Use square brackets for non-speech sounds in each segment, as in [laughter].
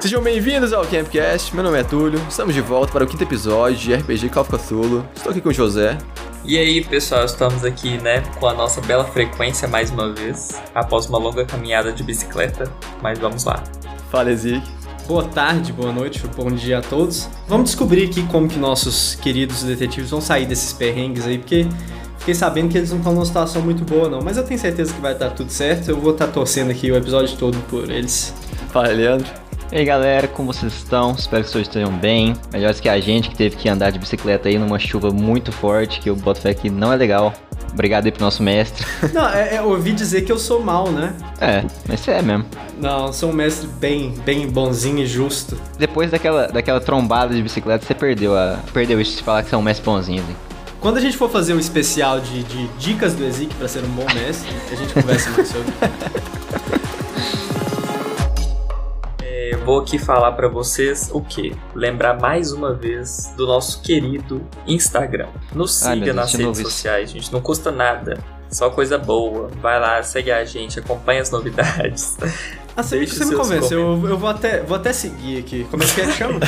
Sejam bem-vindos ao Campcast, meu nome é Túlio, estamos de volta para o quinto episódio de RPG Call of Cthulhu. Estou aqui com o José. E aí, pessoal, estamos aqui, né, com a nossa bela frequência mais uma vez, após uma longa caminhada de bicicleta, mas vamos lá. Fala, Ezik. Boa tarde, boa noite, bom dia a todos. Vamos descobrir aqui como que nossos queridos detetives vão sair desses perrengues aí, porque fiquei sabendo que eles não estão numa situação muito boa não, mas eu tenho certeza que vai dar tudo certo. Eu vou estar torcendo aqui o episódio todo por eles. Fala, Leandro. E aí galera, como vocês estão? Espero que vocês estejam bem. Melhores que a gente que teve que andar de bicicleta aí numa chuva muito forte, que eu boto fé que não é legal. Obrigado aí pro nosso mestre. [laughs] Não, é, é, ouvi dizer que eu sou mal, né? É, mas você é mesmo. Não, eu sou um mestre bem, bem bonzinho e justo. Depois daquela, daquela trombada de bicicleta, você perdeu a. Perdeu isso de falar que você é um mestre bonzinho, assim. Quando a gente for fazer um especial de, de dicas do Ezik para ser um bom mestre, a gente conversa mais sobre. Eu vou aqui falar para vocês o que? Lembrar mais uma vez do nosso querido Instagram. Nos Ai, meu siga Deus, nas de novo redes isso. sociais, gente, não custa nada. Só coisa boa. Vai lá, segue a gente, acompanha as novidades. Assim que Deixe você me seus convenceu, eu, eu vou, até, vou até seguir aqui. Como é que é que chama?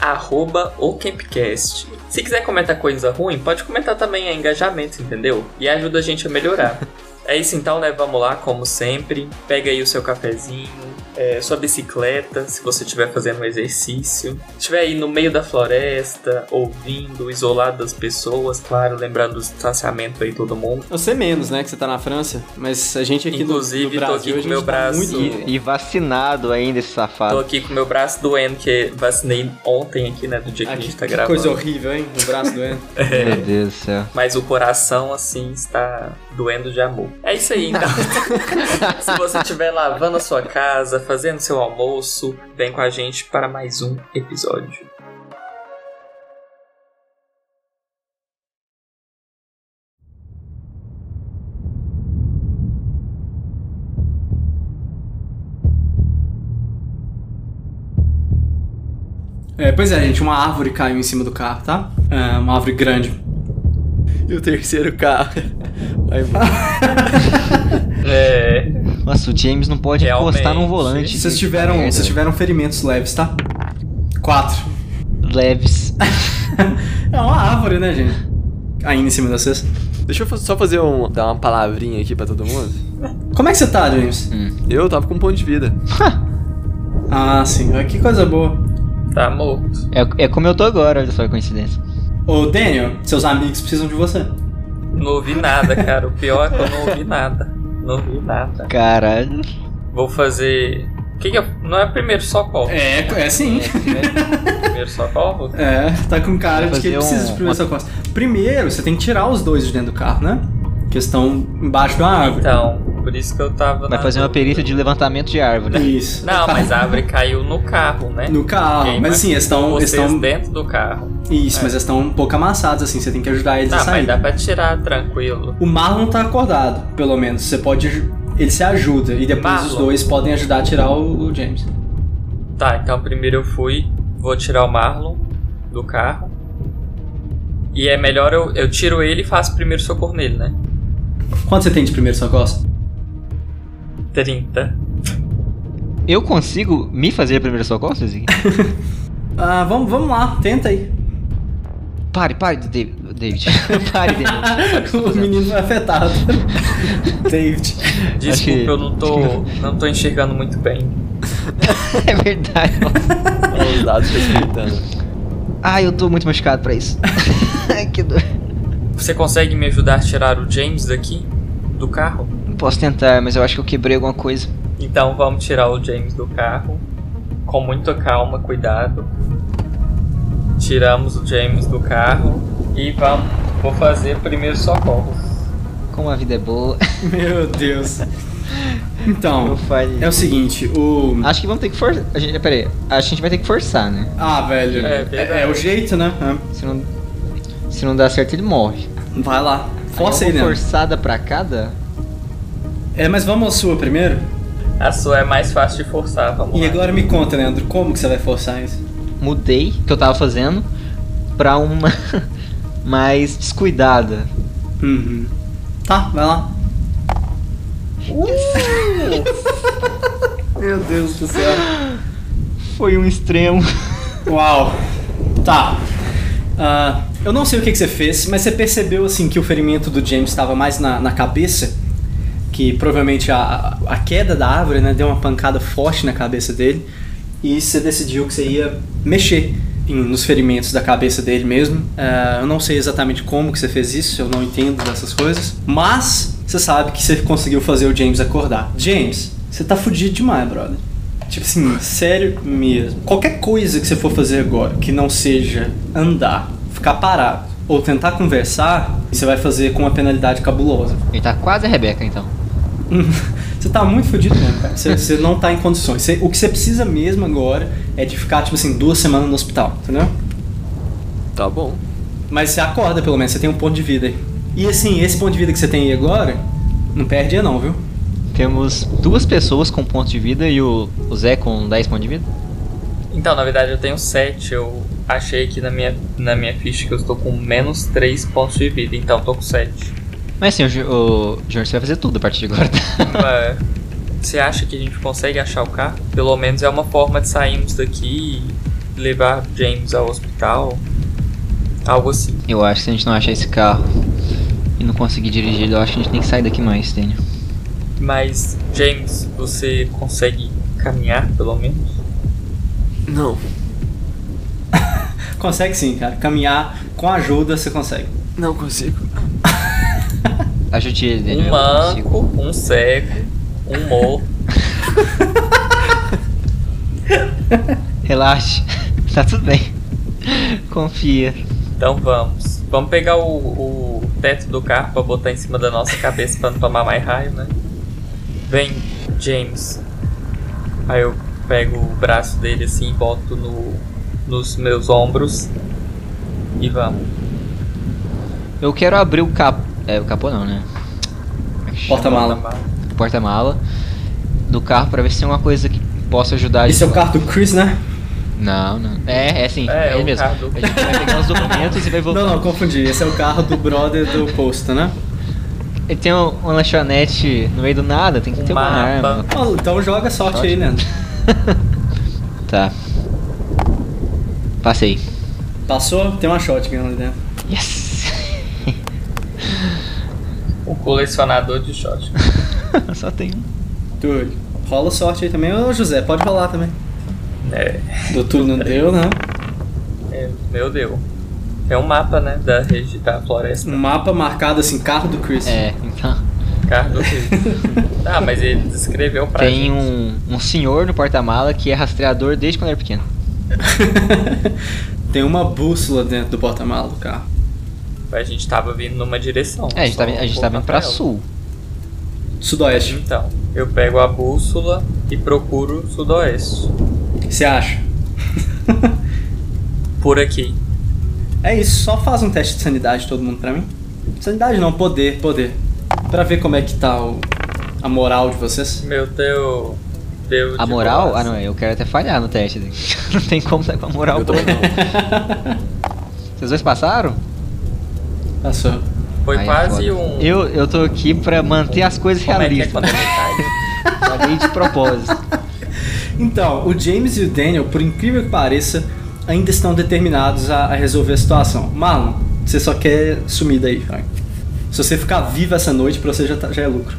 Arroba o Campcast. Se quiser comentar coisa ruim, pode comentar também, é engajamento, entendeu? E ajuda a gente a [laughs] melhorar. É isso então, né? Vamos lá, como sempre. Pega aí o seu cafezinho, é, sua bicicleta, se você estiver fazendo um exercício. Se estiver aí no meio da floresta, ouvindo, isolado das pessoas, claro, lembrando do distanciamento aí todo mundo. Você menos, né? Que você tá na França. Mas a gente aqui no- Inclusive, no, tô Brasil, aqui com a gente meu tá braço. muito... E, e vacinado ainda esse Tô safado. aqui com meu braço doendo, que vacinei ontem aqui, né? Do dia que Ah, a gente que, tá que gravando. coisa horrível, hein? O braço doendo. [laughs] Meu Deus do céu. Mas o coração, assim, está doendo de amor. É isso aí, [laughs] então. Se você estiver lavando a sua casa, fazendo seu almoço, vem com a gente para mais um episódio. É, pois é, gente. Uma árvore caiu em cima do carro, tá? É, uma árvore grande. E o terceiro [laughs] carro. Vai embora. É. Nossa, o James não pode Realmente. encostar num volante. Vocês Que tiveram, merda. vocês tiveram ferimentos leves, tá? Quatro. Leves. É uma árvore, né, gente? Ainda em cima de vocês. Deixa eu fa- só fazer um, dar uma palavrinha aqui pra todo mundo. Como é que você tá, James? Eu tava com um ponto de vida. Ah, sim. Ah, Que coisa boa. Tá morto. É, é como eu tô agora, olha só a coincidência. Ô, Daniel, seus amigos precisam de você. Não ouvi nada, cara. O pior é que eu não ouvi nada. Não ouvi nada. Caralho. [laughs] Vou fazer. O que, que eu... Não é primeiro socorro. É, é sim. Primeiro socorro? É, tá com cara Vai de que ele fazer precisa de um- primeiro socorro. Primeiro, você tem que tirar os dois de dentro do carro, né? Que estão embaixo da árvore. Então, por isso que eu tava. Vai na fazer uma dúvida. perícia de levantamento de árvore. Isso. Né? Não, mas a árvore caiu no carro, né? No carro. Quem mas vai- assim, eles estão. Eles Vocês estão dentro do carro. isso, mas eles estão um pouco amassados, assim, você tem que ajudar eles a Tá, mas sair. dá pra tirar tranquilo. O Marlon tá acordado, pelo menos. Você pode. aj- Ele se ajuda. E depois os Marlon. dois podem ajudar a tirar o, o James. Tá, então primeiro eu fui, vou tirar o Marlon do carro. E é melhor eu, eu tiro ele e faço primeiro socorro nele, né? Quanto você tem de primeiro socorro? 30. Eu consigo me fazer primeiro socorro, Zezinho? Ah, vamos, vamos lá, tenta aí. [laughs] Pare, pare, David. [laughs] David. pare, David. [laughs] o menino foi afetado. [laughs] David. Desculpa, que- eu não tô. não tô enxergando muito bem. É verdade. Olha Os dados respeitando. Ai, Ah, eu tô muito machucado pra [laughs] isso. Ai, que dor. Você consegue me ajudar a tirar o James daqui? Do carro? Posso tentar, mas eu acho que eu quebrei alguma coisa. Então vamos tirar o James do carro. Com muita calma, cuidado. Tiramos o James do carro e vamos. Vou fazer primeiro socorro. Como a vida é [laughs] boa, Meu Deus. eu Então, falho. é o seguinte, o. Acho que vamos ter que forçar. A gente, peraí, acho que a gente vai ter que forçar, né? Ah, velho. É, verdade. é o jeito, né? Se não, se não dá certo, ele morre. É. Vai lá. Força Aí aí, uma né? forçada pra cada? É, mas vamos à sua primeiro. A sua é mais fácil de forçar, vamos E lá. agora me conta, Leandro, como que você vai forçar isso? Mudei o que eu tava fazendo pra uma [laughs] mais descuidada. Uhum. Tá, vai lá. Meu Deus do céu. Foi um extremo. Uau! Tá. Ah, eu não sei o que, que você fez, mas você percebeu assim que o ferimento do James estava mais na, na cabeça, que provavelmente a, a queda da árvore né, deu uma pancada forte na cabeça dele, e você decidiu que você ia mexer em- nos ferimentos da cabeça dele mesmo. Ah, eu não sei exatamente como que você fez isso, eu não entendo dessas coisas, mas você sabe que você conseguiu fazer o James acordar. James, você tá fudido demais, brother. Tipo assim, sério mesmo. Qualquer coisa que você for fazer agora que não seja andar, ficar parado ou tentar conversar, você vai fazer com uma penalidade cabulosa. [laughs] Ele tá quase a Rebeca, então. você tá muito fudido mesmo, cara. Você, você não tá em condições. Você- o que você precisa mesmo agora é de ficar, tipo assim, duas semanas no hospital, entendeu? Tá bom. Mas você acorda pelo menos, você tem um ponto de vida aí. E assim, esse ponto de vida que você tem aí agora, não perde não, viu? Temos duas pessoas com ponto de vida e o, o Zé com 10 pontos de vida. Então, na verdade, eu tenho 7. Eu achei aqui na minha, na minha ficha que eu estou com menos 3 pontos de vida, então eu tô com 7. Mas assim, o, Ju- o Jorge você vai fazer tudo a partir de agora, tá? É, Você acha que a gente consegue achar o carro? Pelo menos é uma forma de sairmos daqui e levar James ao hospital. Algo assim. [laughs] Eu acho que se a gente não achar esse carro e não conseguir dirigir ele, eu acho que a gente tem que sair daqui mais, Tênio. Mas, James, você consegue caminhar, pelo menos? Não, Consegue sim, cara. Caminhar com ajuda você consegue. não consigo. Ajude ele, Tênio. Um eu não consigo. manco, um cego, um morto. Relaxe. [laughs] tá tudo bem. Confia. Então vamos. Vamos pegar o, o teto do carro pra botar em cima da nossa cabeça pra não tomar mais raio, né? Vem, James. Aí eu pego o braço dele assim e boto no, nos meus ombros. E vamos. Eu quero abrir o capô. É, o capô não, né? Como é que chama? Porta-mala. O porta-mala do carro pra ver se tem alguma coisa que possa ajudar a Esse é o gente. carro do Chris, né? Não, não. É, é sim. É, É, é ele o mesmo. carro do- A gente vai pegar os documentos e vai voltar. Não, não, confundi. Esse é o carro do brother do posto, né? Ele tem um- uma lanchonete no meio do nada, tem que Um ter uma mapa. arma. Ó, Então joga sorte Sorte. aí, Leandro. Tá. Passei. Passou? Tem uma shot ganhando ali dentro. [laughs] Yes! O colecionador de shot. Só tem um. Túlio. Rola sorte aí também. Ô José, pode rolar também. [laughs] É, Do Túlio não deu, né? é, meu Deus. É um mapa, né? Da regi da floresta. Um mapa marcado assim, carro do Chris. É, então. Um Carro do Rio. [laughs] Ah, mas ele descreveu pra Tem gente. um, um senhor no porta-mala que é rastreador desde quando era pequeno. [laughs] Tem uma bússola dentro do porta-mala do carro. A gente tava vindo numa direção. um É, a gente tá, só um vin- a gente o tá vindo pra papel. sul. Sudoeste. Então, eu pego a bússola e procuro sudoeste. Você acha? Por aqui. É isso, só faz um teste de sanidade todo mundo pra mim. Sanidade não, poder, poder. Pra ver como é que tá o- a moral de vocês. Meu Deus. Deu A de moral? boas. Ah, não, eu quero até falhar no teste. né? [laughs] Não tem como tá com a moral Eu boa. também não. Vocês dois passaram? Passou. Foi Aí é quase foda. um. Eu, eu tô aqui pra manter as coisas Como é que é realistas. quando é? ele cai? Falei de propósito. Então, o James e o Daniel, por incrível que pareça, ainda estão determinados a, a resolver a situação. Marlon, você só quer sumir daí, Frank. Se você ficar vivo essa noite, pra você já, tá- já é lucro.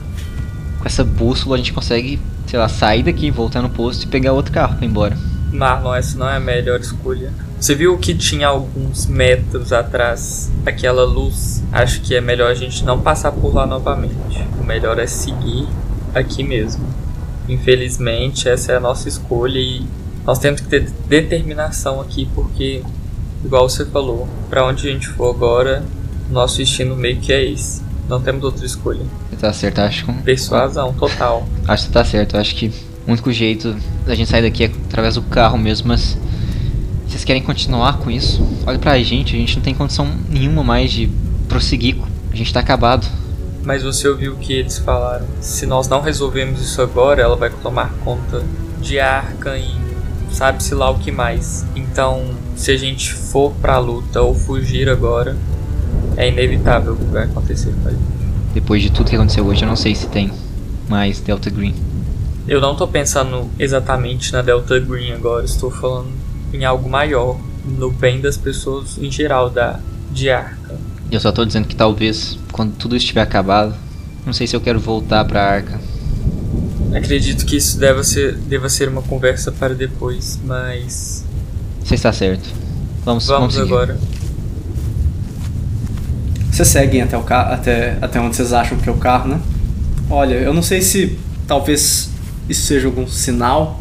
Com essa bússola a gente consegue, sei lá, sair daqui, voltar no posto e pegar outro carro pra ir embora. Marlon, essa não é a melhor escolha. Você viu que tinha alguns metros atrás aquela luz? Acho que é melhor a gente não passar por lá novamente. O melhor é seguir aqui mesmo. Infelizmente, essa é a nossa escolha e nós temos que ter determinação aqui porque, igual você falou, pra onde a gente for agora, nosso destino meio que é esse. Não temos outra escolha. Você tá certo, acho. Com... Persuasão total. Acho que você tá certo. Acho que o único jeito da gente sair daqui é através do carro mesmo, mas. Vocês querem continuar com isso? Olha pra gente, a gente não tem condição nenhuma mais de prosseguir. A gente tá acabado. Mas você ouviu o que eles falaram? Se nós não resolvermos isso agora, ela vai tomar conta de Arca e sabe-se lá o que mais. Então, se a gente for pra luta ou fugir agora, é inevitável o que vai acontecer com a gente. Depois de tudo que aconteceu hoje, eu não sei se tem mais Delta Green. Eu não tô pensando exatamente na Delta Green agora, estou falando em algo maior, no bem das pessoas em geral da de Arca. Eu só tô dizendo que talvez, quando tudo estiver acabado, não sei se eu quero voltar pra Arca. Acredito que isso deva ser, deva ser uma conversa para depois, mas Você está tá certo. Vamos, vamos, seguir. agora. Vocês seguem até, o ca- até, até onde vocês acham que é o carro, né? Olha, eu não sei se talvez isso seja algum sinal,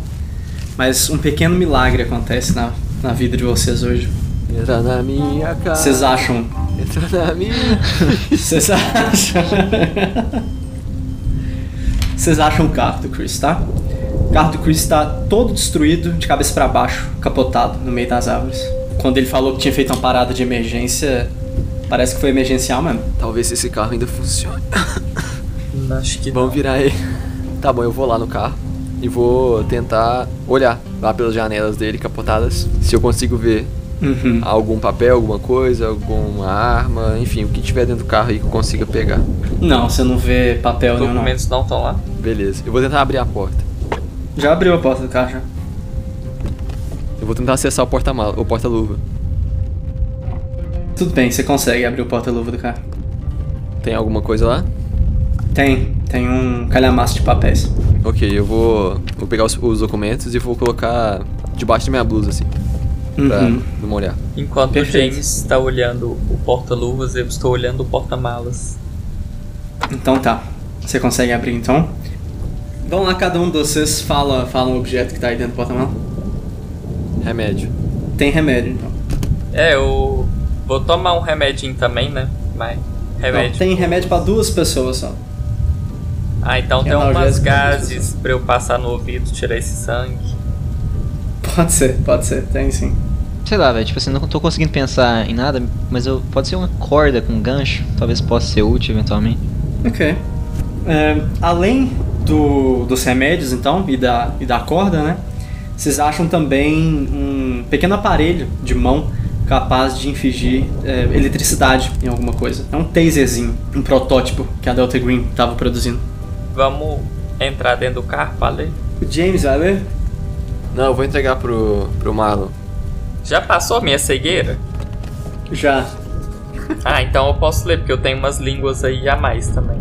mas um pequeno milagre acontece na, na vida de vocês hoje. Entra na minha casa. Vocês acham. Entra na [laughs] minha. Vocês [laughs] acham. Vocês acham o carro do Chris, tá? O carro do Chris está todo destruído, de cabeça pra baixo, capotado no meio das árvores. Quando ele falou que tinha feito uma parada de emergência, parece que foi emergencial mesmo. Talvez esse carro ainda funcione. Hum, Acho que não. Vamos virar ele. [laughs] Tá bom, eu vou lá no carro e vou tentar olhar lá pelas janelas dele capotadas se eu consigo ver Uhum. algum papel, alguma coisa, alguma arma, enfim, o que tiver dentro do carro aí que eu consiga pegar. Não, você não vê papel Os nenhum, não. documentos não estão lá. Beleza. Eu vou tentar abrir a porta. Já abriu a porta do carro, já. Eu vou tentar acessar o porta-mala, o porta-luva. Tudo bem, você consegue abrir o porta-luva do carro. Tem alguma coisa lá? Tem, tem um calhamaço de papéis. Ok, eu vou, vou pegar os, os documentos e vou colocar debaixo da minha blusa, assim, pra Uhum. não molhar. Enquanto Perfeito. o James está olhando o porta-luvas, eu estou olhando o porta-malas. Então tá, você consegue abrir então. Vão lá, cada um de vocês fala, fala um objeto que tá aí dentro do porta-mala. Remédio. Tem remédio, então. É, eu vou tomar um remedinho também, né? Mas remédio. Não, tem remédio pra duas pessoas só. [laughs] Ah, então tem umas Analgésico. gases pra eu passar no ouvido, tirar esse sangue. Pode ser, pode ser, tem sim. Sei lá, velho, tipo assim, não tô conseguindo pensar em nada, mas eu pode ser uma corda com gancho, talvez possa ser útil eventualmente. Ok. É, além do- dos remédios, então, e da, e da corda, né? Vocês acham também um pequeno aparelho de mão capaz de infligir é, eletricidade em alguma coisa. É um taserzinho, um protótipo que a Delta Green estava produzindo. Vamos entrar dentro do carro, falei? O James vai ler? Não, eu vou entregar pro, pro Marlon. Já passou a minha [laughs] cegueira? Já. Ah, então eu posso ler, porque eu tenho umas línguas aí a mais também.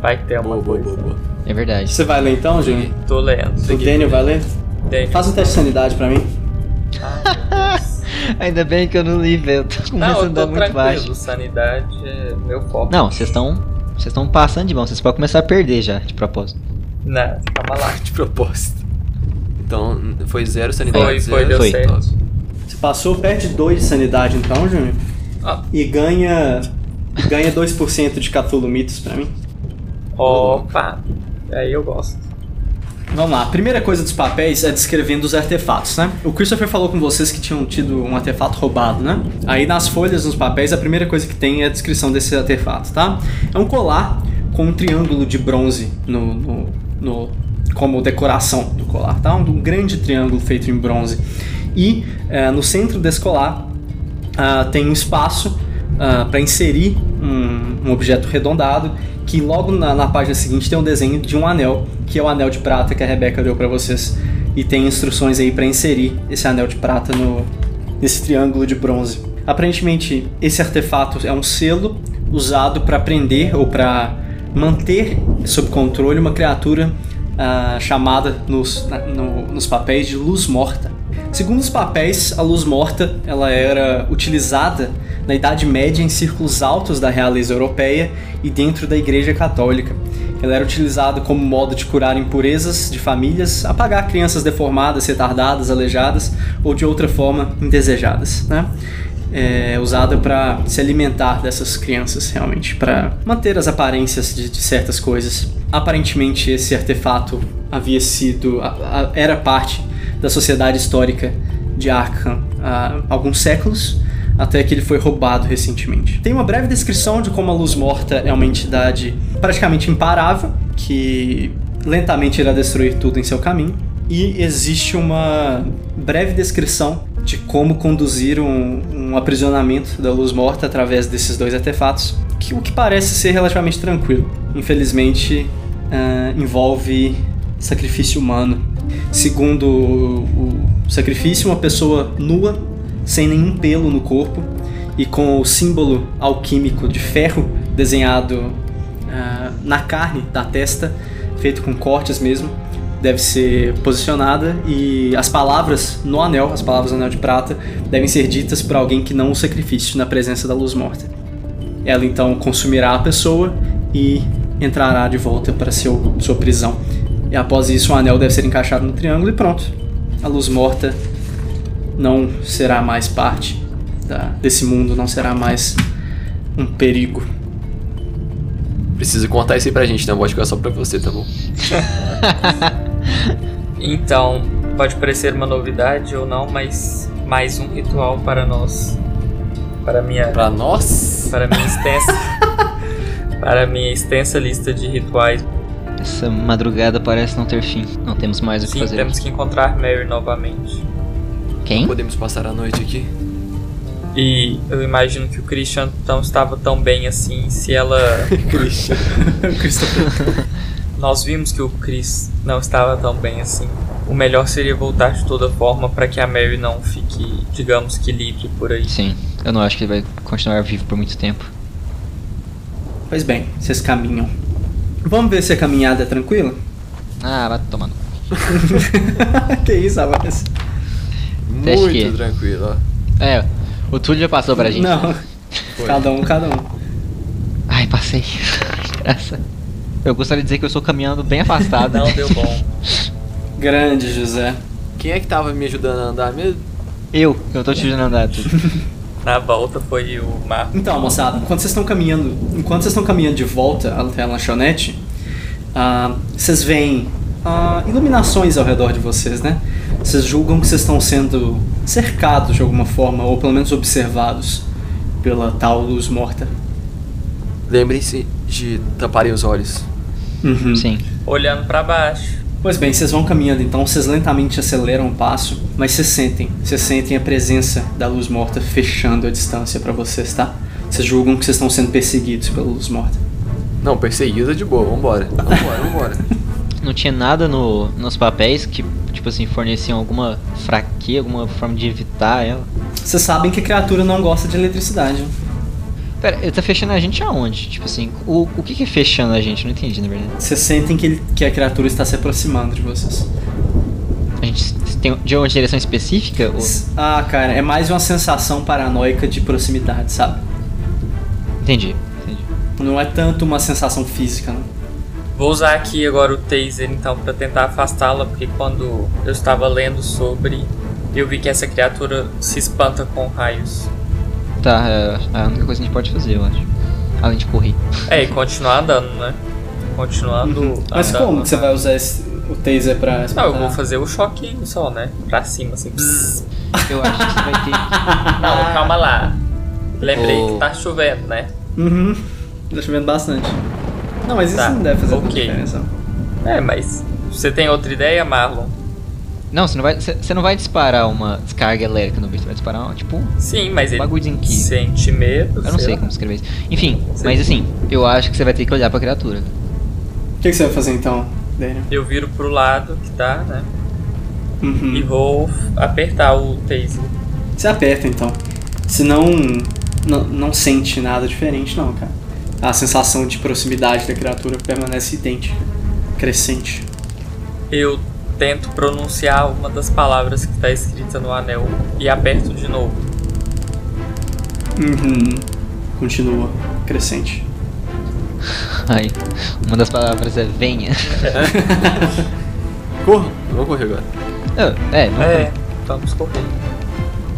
Vai ter uma Boa, boa, coisa. boa, boa. É verdade. Você vai ler então, Jimmy? Tô lendo. O Daniel vai ler? Daniel. Faz um teste de sanidade pra mim. [laughs] Ah, [laughs] Ainda bem que eu não li, velho. Eu tô começando Não, a eu dar tô muito tranquilo. baixo. Sanidade é meu foco. Não, vocês estão. Vocês estão passando de mão, vocês podem começar a perder já, de propósito. Não, calma lá. [laughs] De propósito. Então, foi zero sanidade. Foi, zero, foi, deu Foi. certo. Você passou, perde 2 de sanidade então, Júnior. Ah. E ganha. Ganha 2% de Cthulhu Mitos pra mim. Opa! Aí eu gosto. Vamos lá, a primeira coisa dos papéis é descrevendo os artefatos, né? O Christopher falou com vocês que tinham tido um artefato roubado, né? Aí nas folhas, nos papéis, a primeira coisa que tem é a descrição desse artefato, tá? É um colar com um triângulo de bronze no, no- no- como decoração do colar, tá? Um, um grande triângulo feito em bronze. E eh, no centro desse colar ah, tem um espaço para inserir um, um objeto redondado que logo na, na página seguinte tem um desenho de um anel, que é o anel de prata que a Rebeca deu para vocês. E tem instruções aí para inserir esse anel de prata no, nesse triângulo de bronze. Aparentemente, esse artefato é um selo usado para prender ou para manter sob controle uma criatura ah, chamada nos, na- no- nos papéis de luz morta. Segundo os papéis, a luz morta ela era utilizada na Idade Média em círculos altos da realeza europeia e dentro da Igreja Católica. Ela era utilizada como modo de curar impurezas de famílias, apagar crianças deformadas, retardadas, aleijadas ou de outra forma indesejadas. Né? É, usada para se alimentar dessas crianças realmente, para manter as aparências de, de certas coisas. Aparentemente esse artefato havia sido a- a- era parte da sociedade histórica de Arkham há alguns séculos, até que ele foi roubado recentemente. Tem uma breve descrição de como a Luz Morta é uma entidade praticamente imparável, que lentamente irá destruir tudo em seu caminho, e existe uma breve descrição de como conduzir um, um aprisionamento da Luz Morta através desses dois artefatos, que, o que parece ser relativamente tranquilo. Infelizmente, ah, eh, envolve sacrifício humano. Segundo o, o sacrifício, uma pessoa nua, sem nenhum pelo no corpo e com o símbolo alquímico de ferro desenhado ah, na carne da testa, feito com cortes mesmo, deve ser posicionada e as palavras no anel, as palavras no anel de prata, devem ser ditas por alguém que não o sacrifício na presença da luz morta. Ela então consumirá a pessoa e entrará de volta para seu, sua prisão. E após isso, o anel deve ser encaixado no triângulo e pronto. A luz morta não será mais parte da- desse mundo, não será mais um perigo. Precisa contar isso aí pra gente, não. Vou ficar só pra você, tá bom? Então, pode parecer uma novidade ou não, mas mais um ritual para nós. Para minha, Pra nós? para minha [laughs] extensa. para minha extensa lista de rituais. Essa madrugada parece não ter fim. Não temos mais o que Sim, fazer. temos que encontrar Mary novamente. Quem? [laughs] Podemos passar a noite aqui? E eu imagino que o Christian não estava tão bem assim se [laughs] ela. [laughs] Christian. Nós vimos que o Chris não estava tão bem assim. O melhor seria voltar de toda forma para que a Mary não fique, digamos que livre por aí. Sim, eu não acho que ele vai continuar vivo por muito tempo. Pois bem, vocês caminham. Vamos ver se a caminhada é tranquila? [laughs] Ah, vai tomando. que isso, rapaz? Teste Muito que- tranquilo, ó. É, o Túlio já passou pra gente. Não. Foi. Cada um, cada um. Ai, passei. [laughs] Graça. Eu gostaria de dizer que eu estou caminhando bem afastado. Não deu bom. Grande, José. Quem é que tava me ajudando a andar mesmo? Eu, eu tô te ajudando a andar, [laughs] Túlio. Na volta foi o Marco. Então, moçada, enquanto vocês estão caminhando, enquanto vocês estão caminhando de volta até a lanchonete, ah, vocês veem ah, iluminações ao redor de vocês, né? Vocês julgam que vocês estão sendo cercados de alguma forma, ou pelo menos observados pela tal luz morta. Lembrem-se de taparem os olhos. Uhum. Sim. Olhando para baixo. Pois bem, vocês vão caminhando então, vocês lentamente aceleram o passo, mas vocês sentem, vocês sentem a presença da luz morta fechando a distância pra vocês, tá? Vocês julgam que vocês estão sendo perseguidos pela luz morta. Não, perseguida de boa, vambora. Vambora, [laughs] vambora. Não tinha nada no, nos papéis que, tipo assim, forneciam alguma fraqueza, alguma forma de evitar ela. Vocês sabem que a criatura não gosta de eletricidade. Pera, ele tá fechando a gente aonde? Tipo assim, o, o que que é fechando a gente? Eu Não entendi, na verdade. Vocês sentem que, ele- que a criatura está se aproximando de vocês. A gente tem de uma direção específica? Ou... Ah, cara, é mais uma sensação paranoica de proximidade, sabe? Entendi, entendi. Não é tanto uma sensação física, né? não. Vou usar aqui agora o taser então para tentar afastá-la, porque quando eu estava lendo sobre, eu vi que essa criatura se espanta com raios. Tá, é a única coisa que a gente pode fazer, eu acho. Além de correr. É, e continuar andando, né? Continuando. Uhum. Mas andando, como Ah. que você vai usar esse- o taser pra tá Não, eu espantar? vou fazer o choquinho só, né? Pra cima, assim. Bzzz. [laughs] Eu acho que você vai ter. Ah. Não, calma lá. Lembrei Oh. que tá chovendo, né? Uhum. Tá chovendo bastante. Não, mas isso Tá, não deve fazer tanta ok. diferença. É, mas. Você tem outra ideia, Marlon? Não, você não vai, você você não vai disparar uma descarga elétrica no bicho, você vai disparar, tipo, um Sim, mas ele bagulhozinho que. sente medo. Eu não sei lá. como escrever isso. Enfim, Sei. mas assim, eu acho que você vai ter que olhar pra criatura. [laughs] O que, que você vai fazer então, Daniel? Eu viro pro lado que tá, né? E Hum. Uhum. vou apertar o taser. Você aperta então. Senão, não, não sente nada diferente, não, cara. A sensação de proximidade da criatura permanece idêntica, crescente. Eu tento pronunciar uma das palavras que tá escrita no anel e aperto de novo. Uhum. Continua crescente. Ai, uma das palavras é venha. Corram, vamos correr agora. Ah, é, não É, vamos correr.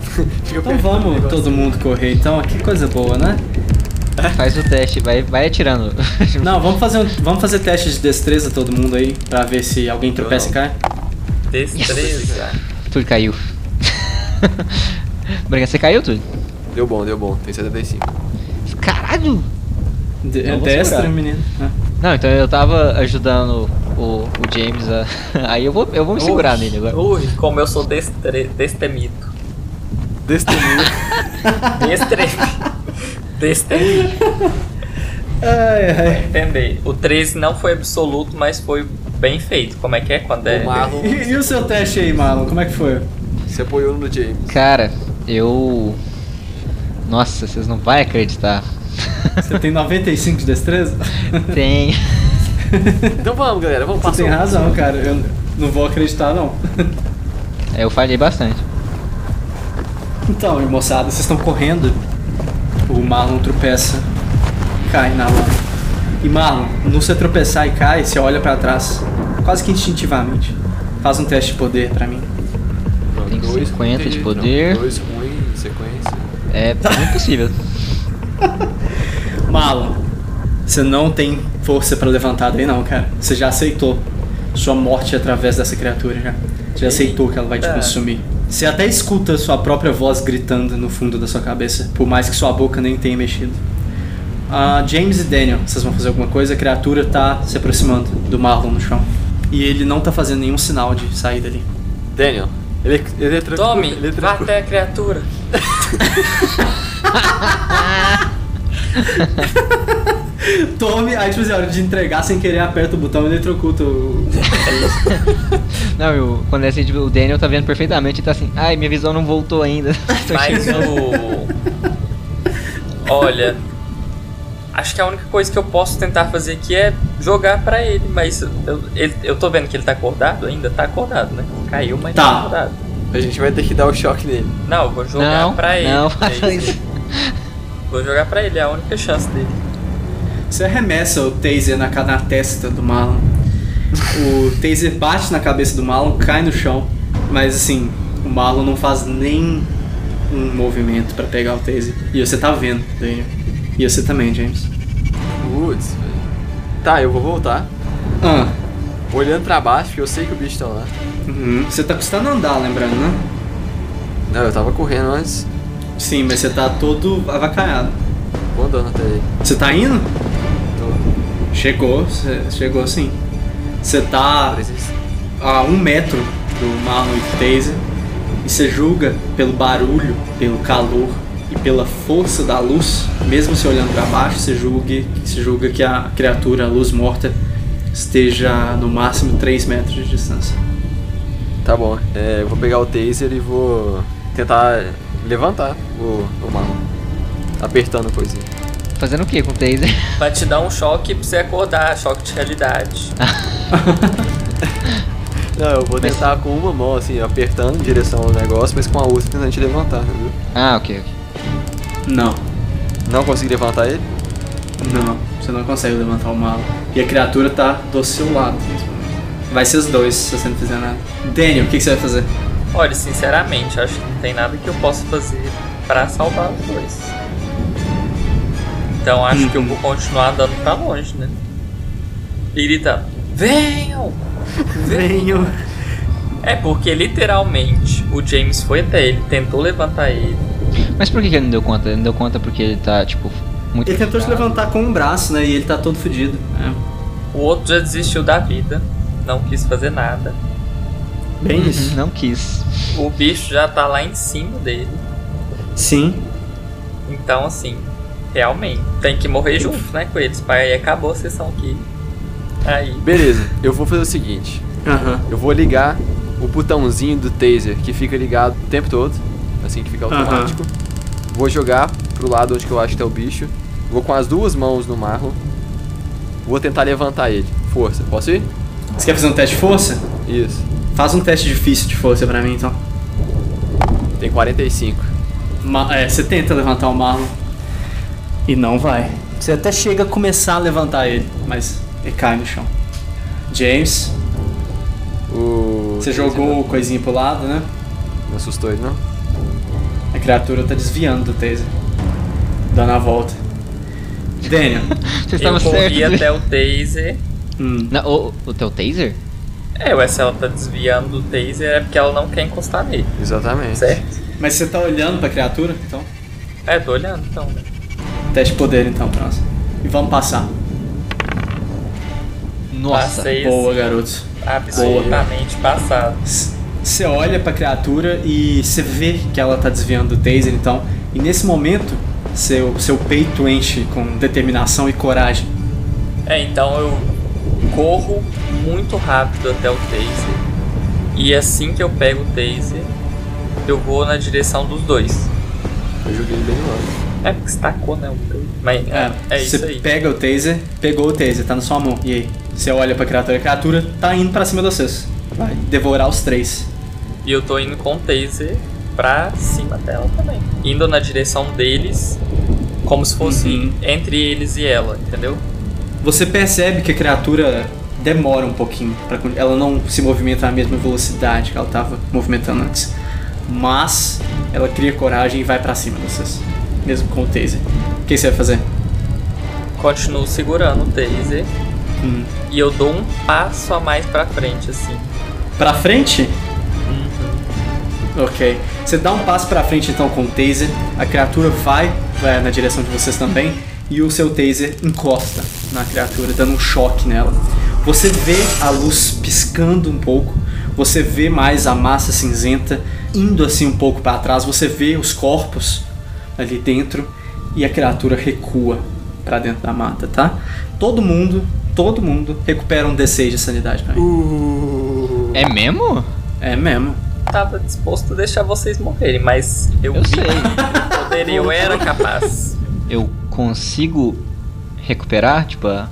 Fica Então perto do vamos negócio. todo mundo correr, então. Que coisa boa, né? faz o teste, vai, [laughs] vai atirando. Não, vamos fazer, um, vamos fazer teste de destreza todo mundo aí, pra ver se alguém tropeça e cai. Destreza. [laughs] Tudo caiu. [laughs] Briga, você caiu, tudo? Deu bom, deu bom. Tem [laughs] 75. Caralho! De, Não, é vou destra, segurar. menino. É. Não, então eu tava ajudando o, o James a. [laughs] Aí eu vou, eu vou me segurar nele agora. Ui, como eu sou destre... destemido. Destemido. Destemido. [laughs] Destemido. Ai, ai. É. Entender. O 13 não foi absoluto, mas foi bem feito. Como é que é quando é. O Marlon [laughs] E, e o seu teste aí, Marlon? Como é que foi? se apoiou no James. Cara, eu. Nossa, vocês não vão acreditar. [laughs] Você tem 95 de destreza? Tem. Então vamos, galera, vamos Você passar. tem um- razão, cara. Eu não vou acreditar, não. É, Eu falhei bastante. Então, moçada, vocês estão correndo. O Marlon tropeça, cai na lama. E Marlon, no você tropeçar e cai, você olha pra trás, quase que instintivamente. Faz um teste de poder pra mim. Tem Dois 50 de não, poder. dois ruim em sequência. É [laughs] muito possível. Marlon, você não tem força pra levantar daí não, cara. Você já aceitou sua morte através dessa criatura já. Você já aceitou que ela vai te Eita. consumir. Você até escuta sua própria voz gritando no fundo da sua cabeça, por mais que sua boca nem tenha mexido. Ah, James e Daniel, vocês vão fazer alguma coisa? A criatura tá se aproximando do Marlon no chão. E ele não tá fazendo nenhum sinal de sair dali. Daniel, ele, ele é tranquilo. Tome, ele é vá tranquilo. até a criatura. Tome, aí tipo assim, a hora de entregar sem querer, aperta o botão e eletrocuta o... [laughs] Não, eu, quando é assim, tipo, o Daniel tá vendo perfeitamente e tá assim, ai, minha visão não voltou ainda. Tô Mas chegando. o. Olha. Acho que a única coisa que eu posso tentar fazer aqui é jogar pra ele, mas eu, ele- eu tô vendo que ele tá acordado ainda? Tá acordado, né? Caiu, mas tá, Tá. acordado. A gente vai ter que dar o choque nele. Não, eu vou jogar [laughs] não, pra ele. é não, porque fala [laughs] isso. Vou jogar pra ele, é a única chance dele. Você arremessa o taser na, ca- na testa do Marlon. O taser bate na cabeça do Marlon, cai no chão. Mas assim, o Marlon não faz nem um movimento pra pegar o taser. E você tá vendo, Daniel. E você também, James. Putz, velho. Tá, eu vou voltar. Ah, Olhando pra baixo, porque eu sei que o bicho tá lá. uhum. você tá custando andar, lembrando, né? Não, eu tava correndo antes. Sim, mas você tá todo avacalhado. Vou andando até ele. Você tá indo? Tô Chegou, você chegou sim. Você tá presença. a um metro do Marlon e do Taser e você julga pelo barulho, pelo calor e pela força da luz, mesmo se olhando para baixo, você julga, você julga que a criatura, a luz morta, esteja no máximo 3 metros de distância. Tá bom, é, eu vou pegar o taser e vou tentar levantar o, o Marlon. Apertando a coisinha. Fazendo o que com o taser? Vai te dar um choque pra você acordar, choque de realidade. Não, eu vou tentar com uma mão, assim, apertando em direção ao negócio, mas com a outra tentando te levantar, entendeu? [laughs] Ah, ok, ok. Não, Não consegui levantar ele? não, você não consegue levantar o Marlon. E a criatura tá do seu lado. nesse momento. Vai ser os dois se você não fizer nada. Daniel, o que que você vai fazer? Olha, sinceramente, acho que não tem nada que eu possa fazer pra salvar os dois. Então acho que eu vou continuar andando pra longe, né? E gritando: Venham! Venho. É porque literalmente o James foi até ele, tentou levantar ele. Mas por que, que ele não deu conta? Ele não deu conta porque ele tá, tipo, muito. Ele tentou te irritado. levantar com um braço, né? E ele tá todo fudido. É. O outro já desistiu da vida, não quis fazer nada. Bem isso. Uhum, Não quis. [laughs] O bicho já tá lá em cima dele. Uhum. Sim. Então, assim, realmente, tem que morrer junto, né, com eles. Pai, aí acabou a sessão aqui. Aí. Beleza, eu vou fazer o seguinte. Aham. Eu vou ligar o botãozinho do taser que fica ligado o tempo todo, assim que fica Aham. automático. Vou jogar pro lado onde que eu acho que tá o bicho. Vou com as duas mãos no marro. Vou tentar levantar ele. Força, posso ir? Você quer fazer um teste de força? Isso. Faz um teste difícil de força pra mim, então. Tem 45. Ma- é, você tenta levantar o Marlon. E não vai. Você até chega a começar a levantar ele, mas ele cai no chão. James, O você taser jogou o coisinho pro lado, né? Não, não assustou ele, não? A criatura tá desviando do taser. Dando a volta. Daniel. Você Eu estava corri certo. né? até o taser. hum. Não, o, o teu taser? É, ué, se ela tá desviando do taser é porque ela não quer encostar nele, Exatamente. certo? Mas você tá olhando pra criatura, então? É, tô olhando então, né? Teste de poder, então, próximo. E vamos passar. Nossa. Passei Boa, assim, garoto. absolutamente passado. Você olha pra criatura e você vê que ela tá desviando do taser, então. E nesse momento, seu, seu peito enche com determinação e coragem. É, então eu corro muito rápido até o taser. E assim que eu pego o taser, eu vou na direção dos dois. Eu joguei bem longe. É porque se tacou, né? o taser. Mas é, é isso você aí. pega o taser, pegou o taser, tá na sua mão. E aí? Você olha pra criatura, a criatura tá indo pra cima de vocês. Vai devorar os três. E eu tô indo com o taser pra cima dela também. Indo na direção deles, como se fosse Uhum. entre eles e ela, entendeu? Você percebe que a criatura demora um pouquinho. Pra, ela não se movimenta na mesma velocidade que ela tava movimentando antes. Mas ela cria coragem e vai pra cima de vocês. Mesmo com o taser. O que você vai fazer? Continuo segurando o taser Hum. e eu dou um passo a mais pra frente, assim. Pra frente? Ok. Você dá um passo pra frente então com o taser, a criatura vai, vai na direção de vocês também, e o seu taser encosta na criatura, dando um choque nela. Você vê a luz piscando um pouco, você vê mais a massa cinzenta indo assim um pouco pra trás, você vê os corpos ali dentro e a criatura recua pra dentro da mata, tá? Todo mundo, todo mundo recupera um D6 de sanidade pra mim. É mesmo? É mesmo. Tava disposto a deixar vocês morrerem, mas eu, Eu vi sei. que o poder e eu era capaz. Eu consigo recuperar, tipo, a,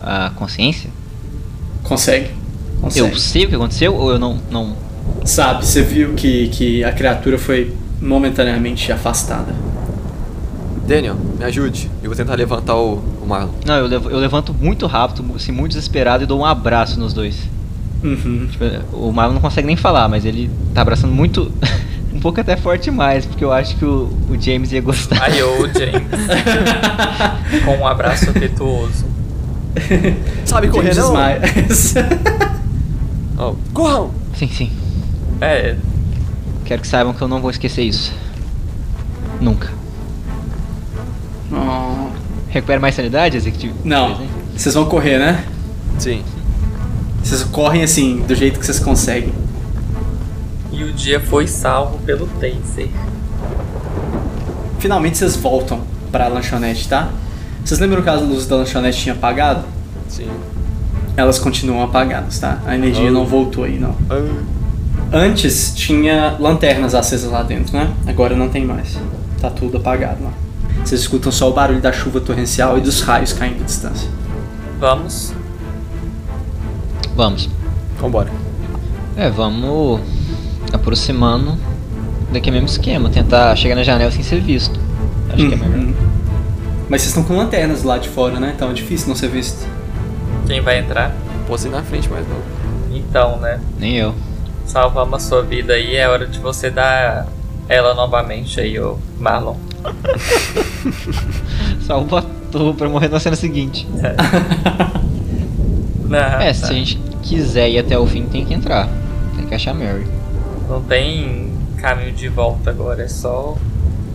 a consciência? Consegue. Consegue. Eu sei o que aconteceu ou eu não. não... Sabe, você viu que, que a criatura foi momentaneamente afastada. Daniel, me ajude. Eu vou tentar levantar o, o Marlon. Não, eu, levo- eu levanto muito rápido, assim, muito desesperado e dou um abraço nos dois. Uhum. Tipo, o Marlon não consegue nem falar, mas ele tá abraçando muito. [laughs] um pouco até forte demais, porque eu acho que o, o James ia gostar. Aí eu, [laughs] James, com um abraço afetuoso. Sabe correr, James não? Oh. Maia. [laughs] Ó, corram! Sim, sim. É, Quero que saibam que eu não vou esquecer isso. Nunca. Oh. Recupera mais sanidade, Executivo? Não, vocês vão correr, né? Sim. Vocês correm assim, do jeito que vocês conseguem. e o dia foi salvo pelo taser. Finalmente vocês voltam pra lanchonete, tá? Vocês lembram que as luzes da lanchonete tinham apagado? Sim. Elas continuam apagadas, tá? A energia Oh. não voltou aí, não. Ah, Antes tinha lanternas acesas lá dentro, né? Agora não tem mais. Tá tudo apagado lá. Vocês escutam só o barulho da chuva torrencial e dos raios caindo à distância. Vamos. Vamos. Vambora. É, vamos aproximando daquele mesmo esquema, tentar chegar na janela sem ser visto. Acho que é melhor. Uhum. Mas vocês estão com lanternas lá de fora, né? Então é difícil não ser visto. Quem vai entrar? Posso ir assim na frente, mas não. Então, né? Nem eu. Salvamos a sua vida aí, é hora de você dar ela novamente aí, ô [laughs] Marlon. Só o botou pra morrer na cena seguinte. Não, tá. É, se a gente quiser ir até o fim, tem que entrar. Tem que achar a Mary. não tem caminho de volta agora, é só.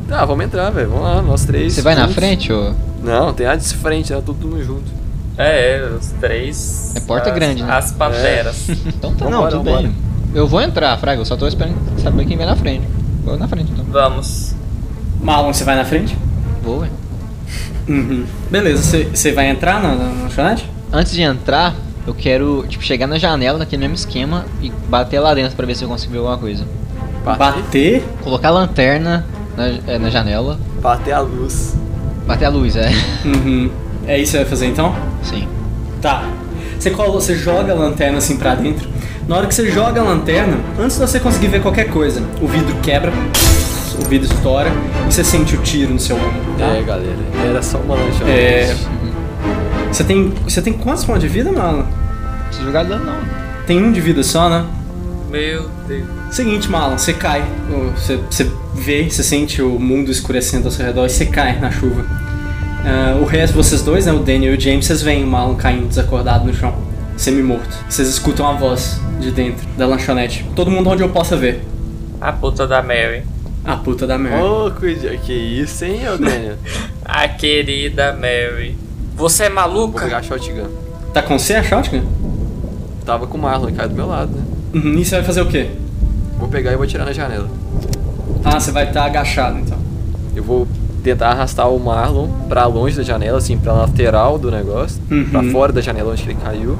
Tá, vamos entrar, velho. Vamos lá, nós três. Você vai na juntos. frente ou. Não, tem a de frente, tá todo mundo junto. É, é, os três. É porta as, grande, né? As panteras. É. Então tá, não, Vambora, tudo vambora. bem. Eu vou entrar, Fraga, eu só tô esperando saber quem vai na frente. Vou na frente então. [laughs] Vamos. Marlon, você vai na frente? Vou, ué. Uhum. Beleza, você- você vai entrar na, na, na lanchonete? Antes de entrar, eu quero, tipo, chegar na janela naquele mesmo esquema e bater lá dentro pra ver se eu consigo ver alguma coisa. Bater, Bater? Colocar a lanterna na, é, na janela, bater a luz. bater a luz, é. Uhum. É isso que você vai fazer então? [laughs] Sim. Tá. Você, colo- você joga a lanterna assim pra dentro. Na hora que você joga a lanterna, antes de você conseguir ver qualquer coisa, o vidro quebra, o vidro estoura e você sente o tiro no seu ombro. tá? É, galera, era só uma lanchonete. É. Você tem, você tem quantos pontos de vida, Marlon? Não precisa jogar é dano, não. Tem um de vida só, né? Meu Deus. Seguinte, Marlon, você cai. Você, você vê, você sente o mundo escurecendo ao seu redor e você cai na chuva. Ah, o resto, vocês dois, né, o Daniel e o James, vocês veem o Marlon caindo desacordado no chão, semi-morto. Vocês escutam a voz de dentro da lanchonete. Todo mundo onde eu possa ver. A puta da Mary. A puta da É. merda. Ô, cuida- que isso, hein, ô [laughs] Daniel? A querida Mary. Você é Vou maluca? pegar a shotgun. Oh. Tá com você a shotgun? Tava com o Marlon, ele caiu do meu lado, né? Uhum, e você vai fazer o quê? Vou pegar e vou atirar na janela. Ah, você vai estar tá agachado então. Eu vou tentar arrastar o Marlon pra longe da janela, assim, pra lateral do negócio, Uhum. pra fora da janela onde ele caiu.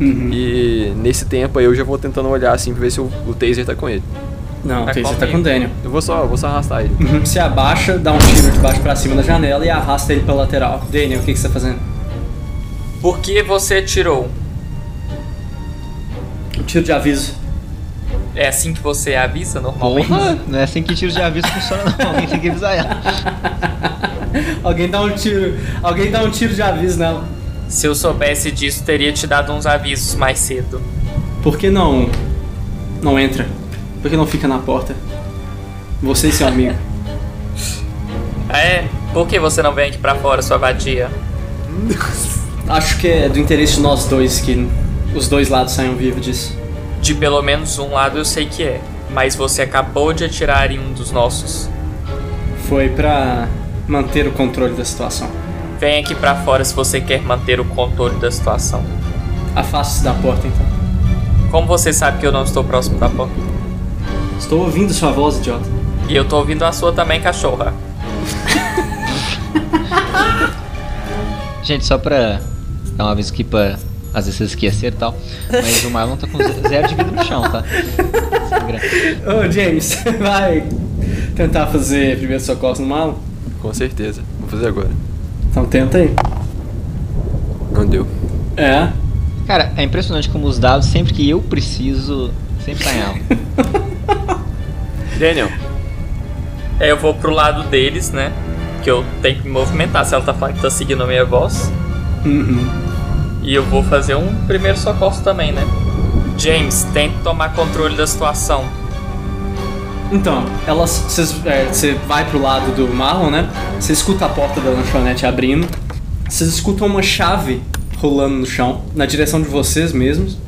Uhum. E nesse tempo aí eu já vou tentando olhar assim pra ver se o, o taser tá com ele. Não, Tá o Taser com tá com o medo. Daniel. Eu vou só, eu vou só arrastar ele. Uhum. Você abaixa, dá um tiro de baixo pra cima da janela e arrasta ele pra lateral. Daniel, o que, que você tá fazendo? Por que você tirou? Um tiro de aviso. É assim que você avisa normalmente? Porra, não é assim que tiro de aviso funciona não, alguém tem que avisar [laughs] ela. Alguém dá um tiro. Alguém dá um tiro de aviso nela. Se eu soubesse disso, teria te dado uns avisos mais cedo. Por que não. Não entra? Por que não fica na porta? Você e seu amigo. Ah, É? Por que você não vem aqui pra fora, sua vadia? [laughs] Acho que é do interesse de nós dois que os dois lados saiam vivos disso. De pelo menos um lado eu sei que é, mas você acabou de atirar em um dos nossos. Foi pra manter o controle da situação. Vem aqui pra fora se você quer manter o controle da situação. Afaste-se da porta então. Como você sabe que eu não estou próximo da porta? Estou ouvindo sua voz, idiota. E eu tô ouvindo a sua também, cachorra. Gente, só pra dar um aviso aqui pra às vezes vocês esquecer e tal, mas o Marlon tá com ze- zero de vida no chão, [laughs] tá? [laughs] Ô, James, [laughs] vai tentar fazer primeiro socorro no mal? Com certeza. Vou fazer agora. Então tenta aí. Não deu. É. Cara, é impressionante como os dados, sempre que eu preciso, sempre tá em alta. Daniel. É, eu vou pro lado deles, né? Que eu tenho que me movimentar se ela tá falando que tá seguindo a minha voz. Uhum. E eu vou fazer um primeiro socorro também, né? James, tenta tomar controle da situação. Então, elas, cês, é, você vai pro lado do Marlon, né? Você escuta a porta da lanchonete abrindo. Vocês escutam uma chave rolando no chão, na direção de vocês mesmos.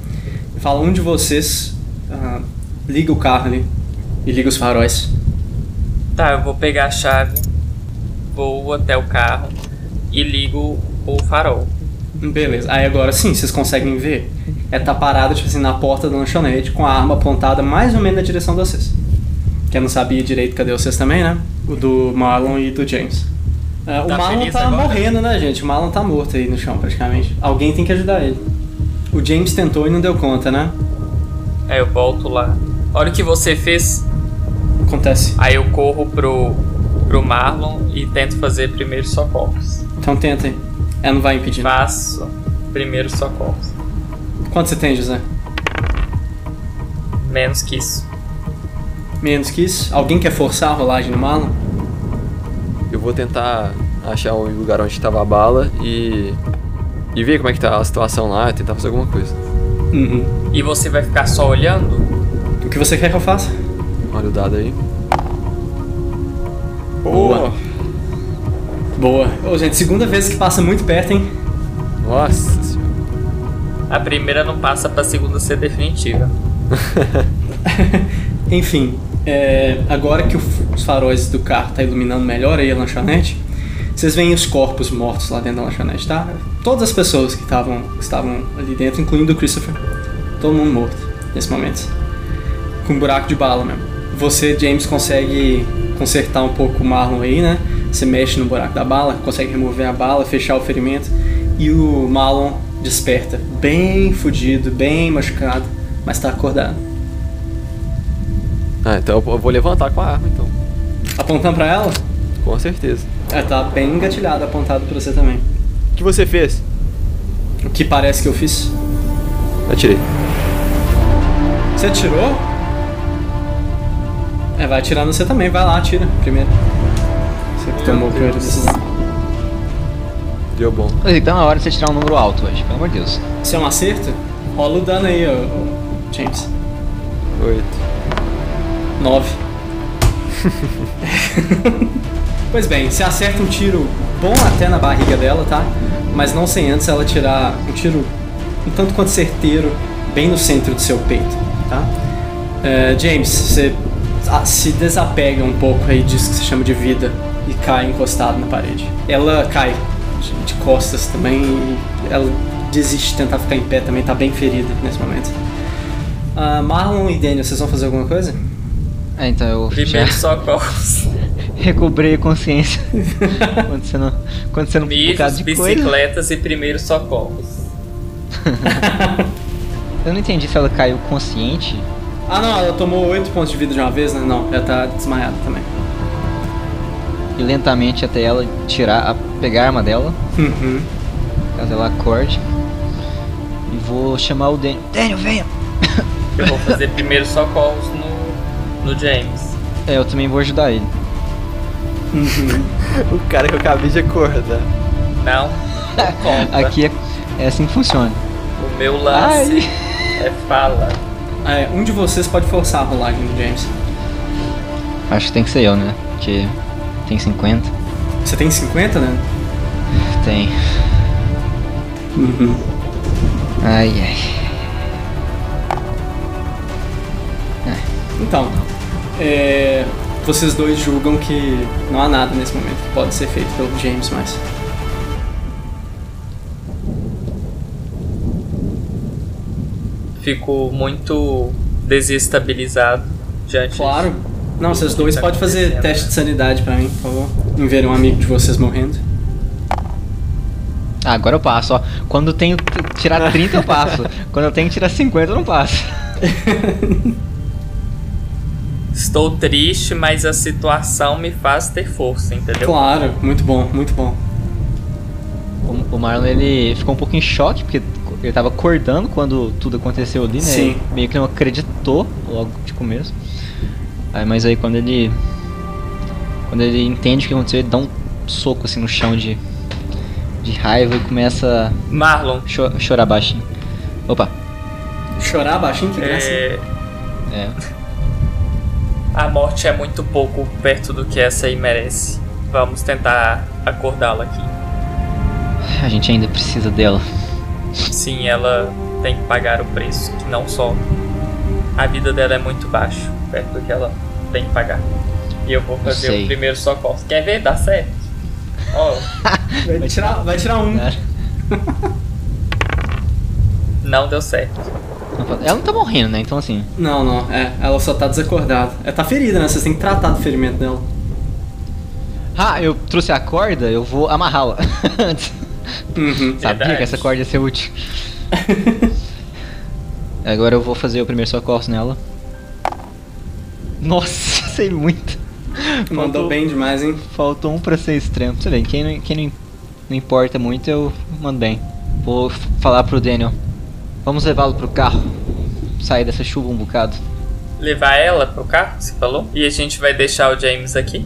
Fala um de vocês, ah, liga o carro ali e liga os faróis. Tá, eu vou pegar a chave, vou até o carro e ligo o farol. Beleza, aí agora sim, vocês conseguem ver. É tá parado, tipo assim, na porta da lanchonete com a arma apontada mais ou menos na direção de vocês. Quem não sabia direito cadê vocês também, né? O do Marlon e do James. É, o Tá Marlon feliz tá agora? morrendo, né, gente? O Marlon tá morto aí no chão, praticamente. Alguém tem que ajudar ele. O James tentou e não deu conta, né? Aí eu volto lá. Olha o que você fez. Acontece. Aí eu corro pro, pro Marlon e tento fazer primeiro socorros. Então tenta aí. É, não vai impedir. Faço primeiro socorros. Quanto você tem, José? Menos que isso. Menos que isso? Alguém quer forçar a rolagem do Marlon? Eu vou tentar achar o lugar onde tava a bala e. E ver como é que tá a situação lá, tentar fazer alguma coisa. Uhum. E você vai ficar só olhando? O que você quer que eu faça? Olha o dado aí. Boa. Boa. Ô, gente, segunda vez que passa muito perto, hein? Nossa senhora. A primeira não passa pra segunda ser definitiva. [laughs] Enfim, é, agora que o f- os faróis do carro tá iluminando melhor aí a lanchonete, vocês veem os corpos mortos lá dentro da lanchonete, tá? Todas as pessoas que estavam que estavam ali dentro, incluindo o Christopher, todo mundo morto nesse momento, com um buraco de bala mesmo. Você, James, consegue consertar um pouco o Marlon aí, né? Você mexe no buraco da bala, consegue remover a bala, fechar o ferimento e o Marlon desperta, bem fudido, bem machucado, mas tá acordado. Ah, então eu vou levantar com a arma então. Apontando pra ela? Com certeza. É, tá bem engatilhado, apontado pra você também. O que você fez? O que parece que eu fiz? Atirei. Você atirou? É, vai atirar no você também, vai lá, atira primeiro. Você que tomou o primeiro decisão. Deu bom. Mas então é hora de você tirar um número alto hoje, pelo amor de Deus. Se é um acerto, rola o dano aí, ô, ô, James. Oito. 9. [laughs] pois bem, você acerta um tiro bom até na barriga dela, tá? Mas não sem antes ela tirar um tiro um tanto quanto certeiro, bem no centro do seu peito, tá? É, James, você a- se desapega um pouco aí disso que se chama de vida e cai encostado na parede. Ela cai de, de costas também e ela desiste de tentar ficar em pé também, tá bem ferida nesse momento. Ah, Marlon e Daniel, vocês vão fazer alguma coisa? É, então eu já, [laughs] Primeiro socorros. recobrei a consciência. quando você não. Quando você não um bocado Milhos, de coisa. bicicletas e primeiros socorros. Eu não entendi se ela caiu consciente. Ah não, ela tomou 8 pontos de vida de uma vez, né? Não, ela tá desmaiada também. E lentamente até ela tirar. a- pegar a arma dela. Uhum. Caso ela acorde. E vou chamar o Daniel. Daniel, venha! Eu vou fazer primeiros socorros no, no James. É, eu também vou ajudar ele. Uhum. O cara que eu acabei de acordar. Não, não conta. [laughs] Aqui é, é assim que funciona. O meu lance é fala. É, um de vocês pode forçar a rolagem do James. Acho que tem que ser eu, né? Porque tem 50. Você tem 50, né? Tem. Uhum. Ai ai. Então, é, vocês dois julgam que não há nada nesse momento que pode ser feito pelo James mais. Fico muito desestabilizado diante Claro. Não, vocês dois Tá podem fazer acontecendo, teste de sanidade pra mim, por favor. Em ver um amigo de vocês morrendo. Ah, agora eu passo, ó. Quando eu tenho que tirar 30 eu passo. Quando eu tenho que tirar 50 eu não passo. Estou triste, mas a situação me faz ter força, entendeu? Claro, muito bom, muito bom. O, o Marlon ele ficou um pouco em choque, porque ele tava acordando quando tudo aconteceu ali, né? Sim. Ele meio que não acreditou logo de começo. Aí, mas aí quando ele. Quando ele entende o que aconteceu, ele dá um soco assim no chão de. de raiva e começa Marlon, a cho- chorar baixinho. Opa, Chorar baixinho, que graça. é, é. a morte é muito pouco perto do que essa aí merece. Vamos tentar acordá-la aqui. A gente ainda precisa dela. Sim, ela tem que pagar o preço, que não só a vida dela é muito baixa, perto do que ela tem que pagar. E eu vou fazer sei. o primeiro socorro. Quer ver? Dá certo. Ó, Vai tirar, vai tirar um. Cara, não deu certo. não fala- Ela não tá morrendo, né? Então assim. Não, não, é. Ela só tá desacordada. Ela tá ferida, né? Vocês têm que tratar do ferimento dela. Ah, eu trouxe a corda, eu vou amarrá-la. [laughs] Antes. Uhum. Sabia que essa corda ia ser útil. Agora eu vou fazer o primeiro socorro nela. Nossa, [laughs] sei muito. [laughs] Mandou Faltou- bem demais, hein? Faltou um pra ser extremo. Você vê, quem, não, quem não, não importa muito, eu mando bem. Vou f- falar pro Daniel. Vamos levá-lo pro carro. Sair dessa chuva um bocado. Levar ela pro carro, você falou? E a gente vai deixar o James aqui?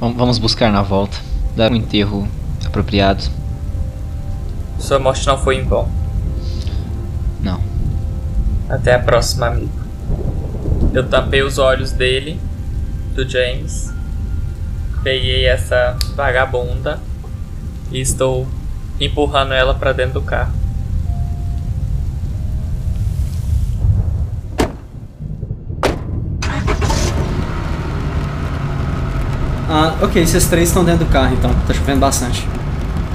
Vam- Vamos buscar na volta. Dar um enterro apropriado. Sua morte não foi em vão. Não. Até a próxima, amigo. Eu tapei os olhos dele, do James, peguei essa vagabunda e estou empurrando ela pra dentro do carro. Ah, ok, vocês três estão dentro do carro então, tá chovendo bastante.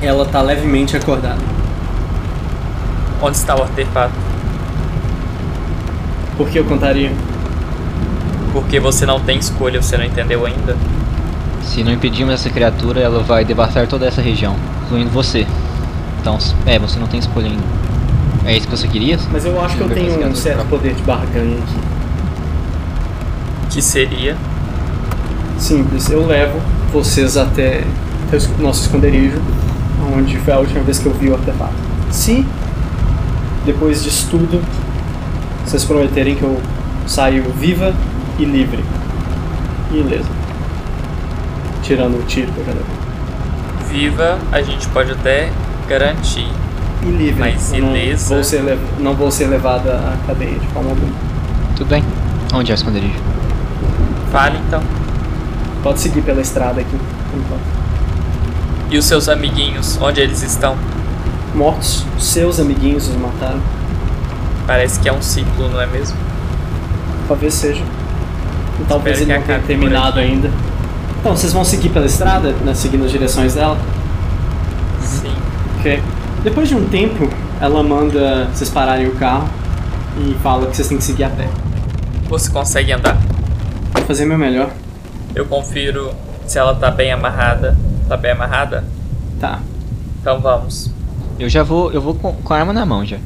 Ela tá levemente acordada. Onde está o artefato? Por que eu contaria? Porque você não tem escolha, você não entendeu ainda? Se não impedirmos essa criatura, ela vai devastar toda essa região, incluindo você. Então, s- é, você não tem escolha ainda. É isso que você queria? Mas eu acho que eu tenho um certo poder de barganha aqui. Que seria? Simples, eu levo vocês até até o es- nosso esconderijo, onde foi a última vez que eu vi o artefato. Se, depois disso tudo, vocês prometerem que eu saio viva e livre. E ilesa. Tirando o tiro que eu já dei. Viva, a gente pode até garantir. E livre. Mas Eu não ilesa? vou ser le- não vou ser levada à cadeia de forma alguma. Tudo bem. Onde é o esconderijo? Fale então. Pode seguir pela estrada aqui, por enquanto. E os seus amiguinhos, onde eles estão? Mortos, seus amiguinhos os mataram. Parece que é um ciclo, não é mesmo? Talvez seja. E talvez Espero que ele não tenha acabe por terminado aqui. ainda. Então, vocês vão seguir pela estrada, né, seguindo as direções dela? Uhum. Sim. Ok. Depois de um tempo, ela manda vocês pararem o carro e fala que vocês têm que seguir a pé. Você consegue andar? Vou fazer meu melhor. Eu confiro se ela tá bem amarrada. Tá bem amarrada? Tá. Então vamos. Eu já vou, eu vou com, com a arma na mão já.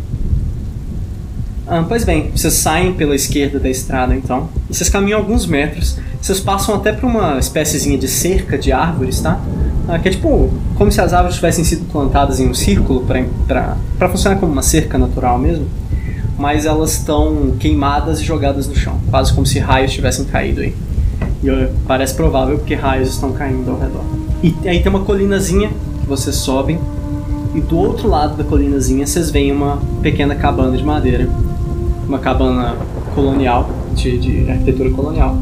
Ah, pois bem, vocês saem pela esquerda da estrada então, e vocês caminham alguns metros, vocês passam até por uma espéciezinha de cerca de árvores, tá? Ah, que é tipo como se as árvores tivessem sido plantadas em um círculo para funcionar como uma cerca natural mesmo, mas elas estão queimadas e jogadas no chão, quase como se raios tivessem caído aí. E ó, parece provável porque raios estão caindo ao redor. E aí tem uma colinazinha que vocês sobem, e do outro lado da colinazinha vocês veem uma pequena cabana de madeira uma cabana colonial, de, de arquitetura colonial.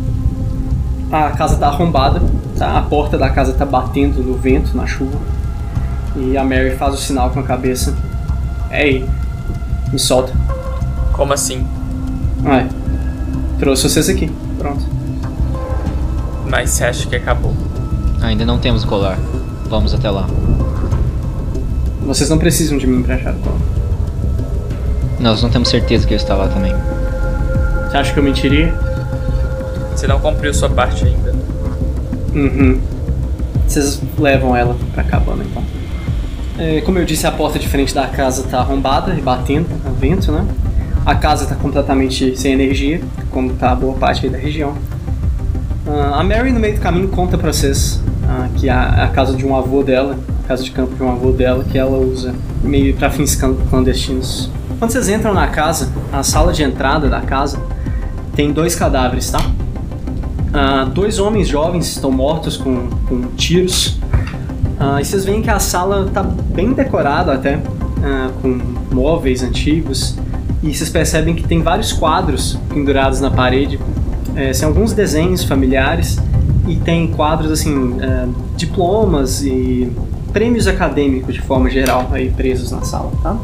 A casa tá arrombada, tá? a porta da casa tá batendo no vento, na chuva. E a Mary faz o sinal com a cabeça. Ei, me solta. Como assim? Ah, é. Trouxe vocês aqui. Pronto. Mas você acha que acabou? Ainda não temos o colar. Vamos até lá. Vocês não precisam de mim pra achar o colar. Nós não temos certeza que ele está lá também. Você acha que eu mentiria? Você não cumpriu sua parte ainda. Uhum. Vocês levam ela pra cabana então. É, como eu disse, a porta de frente da casa tá arrombada e batendo no vento, né? A casa tá completamente sem energia, como tá boa parte aí da região. Ah, a Mary, no meio do caminho, conta pra vocês ah, que a, a casa de um avô dela, a casa de campo de um avô dela, que ela usa meio pra fins can- clandestinos. Quando vocês entram na casa, a sala de entrada da casa tem dois cadáveres, tá? Ah, dois homens jovens estão mortos com, com tiros. Ah, e vocês veem que a sala tá bem decorada até, ah, com móveis antigos. E vocês percebem que tem vários quadros pendurados na parede. Eh, são alguns desenhos familiares e tem quadros assim, eh, diplomas e prêmios acadêmicos de forma geral aí presos na sala, tá?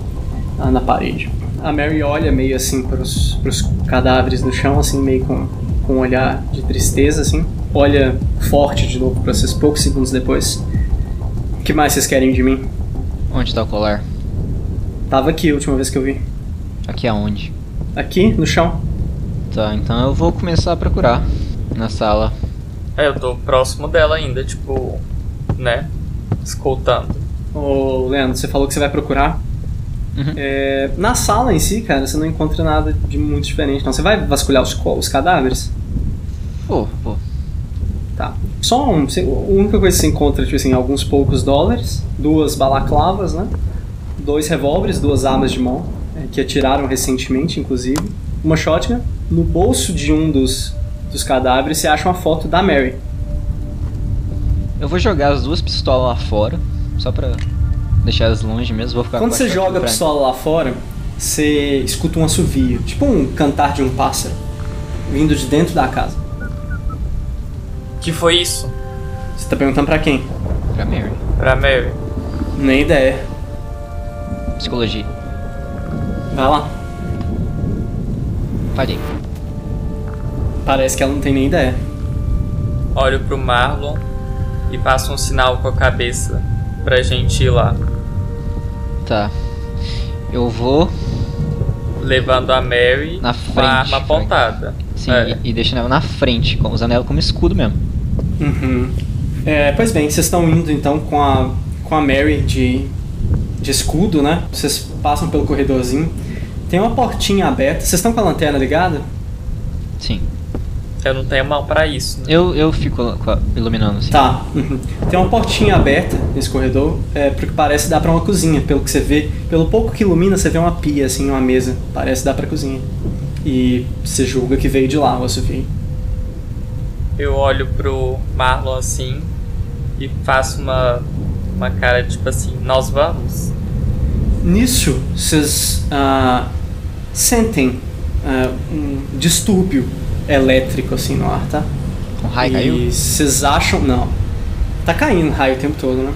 Ah, na parede. A Mary olha meio assim pros, pros cadáveres no chão, assim, meio com, com um olhar de tristeza, assim. Olha forte de novo pra vocês poucos segundos depois. O que mais vocês querem de mim? Onde está o colar? Tava aqui a última vez que eu vi. Aqui aonde? Aqui, no chão. Tá, então eu vou começar a procurar na sala. É, eu tô próximo dela ainda, tipo, né? Escoltando. Ô, Leandro, você falou que você vai procurar. Uhum. É, na sala em si, cara, você não encontra nada de muito diferente, não. Você vai vasculhar os, co- os cadáveres? Pô, pô. Tá. Só um, você- a única coisa que você encontra, tipo assim, alguns poucos dólares, duas balaclavas, né? Dois revólveres, duas armas de mão, eh, que atiraram recentemente, inclusive. Uma shotgun. No bolso de um dos, dos cadáveres, você acha uma foto da Mary. Eu vou jogar as duas pistolas lá fora, só pra deixar elas longe mesmo. Vou ficar Quando Tá, com a você shotgun joga a pra- pistola lá fora, você escuta um assovio, tipo um cantar de um pássaro, vindo de dentro da casa. Que foi isso? Você tá perguntando pra quem? pra Mary. Pra Mary. Nem ideia. Psicologia. Vai lá. Falei. Parece que ela não tem nem ideia. Olho pro Marlon e passo um sinal com a cabeça pra gente ir lá. Tá. Eu vou Levando a Mary Na com a frente, né? arma apontada. Sim, É. e, e deixando ela na frente, com- usando ela como escudo mesmo. Uhum. É, pois bem, vocês estão indo então com a, com a Mary de, de escudo, né? Vocês passam pelo corredorzinho. Tem uma portinha aberta. Vocês estão com a lanterna ligada? Sim. Eu não tenho mão pra isso, né? Eu, eu fico com a- iluminando assim. Tá. Uhum. Tem uma portinha aberta nesse corredor, é, pro que parece dar pra uma cozinha, pelo que você vê. Pelo pouco que ilumina, você vê uma pia, assim, uma mesa. Parece dar pra cozinha. E você julga que veio de lá, você vê. Eu olho pro Marlon assim e faço uma, uma cara tipo assim, nós vamos? Nisso, vocês ah, sentem ah, um distúrbio elétrico, assim, no ar, tá? Com raio caiu? E vocês acham. Não. Tá caindo raio o tempo todo, né?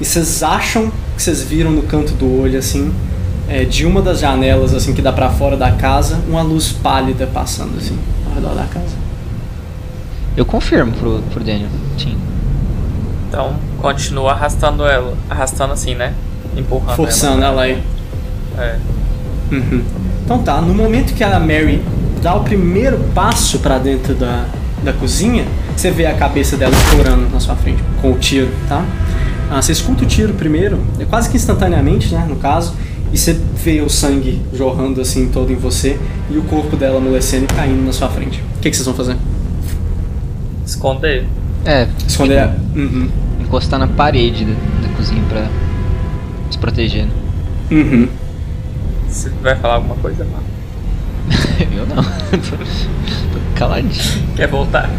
E vocês acham que vocês viram no canto do olho, assim, é, de uma das janelas, assim, que dá pra fora da casa, uma luz pálida passando, assim, ao redor da casa. Eu confirmo pro, pro Daniel. Sim. Então continua arrastando ela. Arrastando assim, né? Empurrando Forçando ela aí. ela. É. Uhum. Então tá, no momento que a Mary dá o primeiro passo pra dentro da, da cozinha, Você vê a cabeça dela estourando na sua frente com o tiro, tá? Ah, você escuta o tiro primeiro, é quase que instantaneamente, né, no caso, e você vê o sangue jorrando assim todo em você e o corpo dela amolecendo e caindo na sua frente. O que, que vocês vão fazer? Esconder. É, Esconder a... Uhum. encostar na parede da, da cozinha pra se proteger. né? [laughs] Uhum. Você vai falar alguma coisa, mano? Eu não. [laughs] tô, tô caladinho. Quer voltar?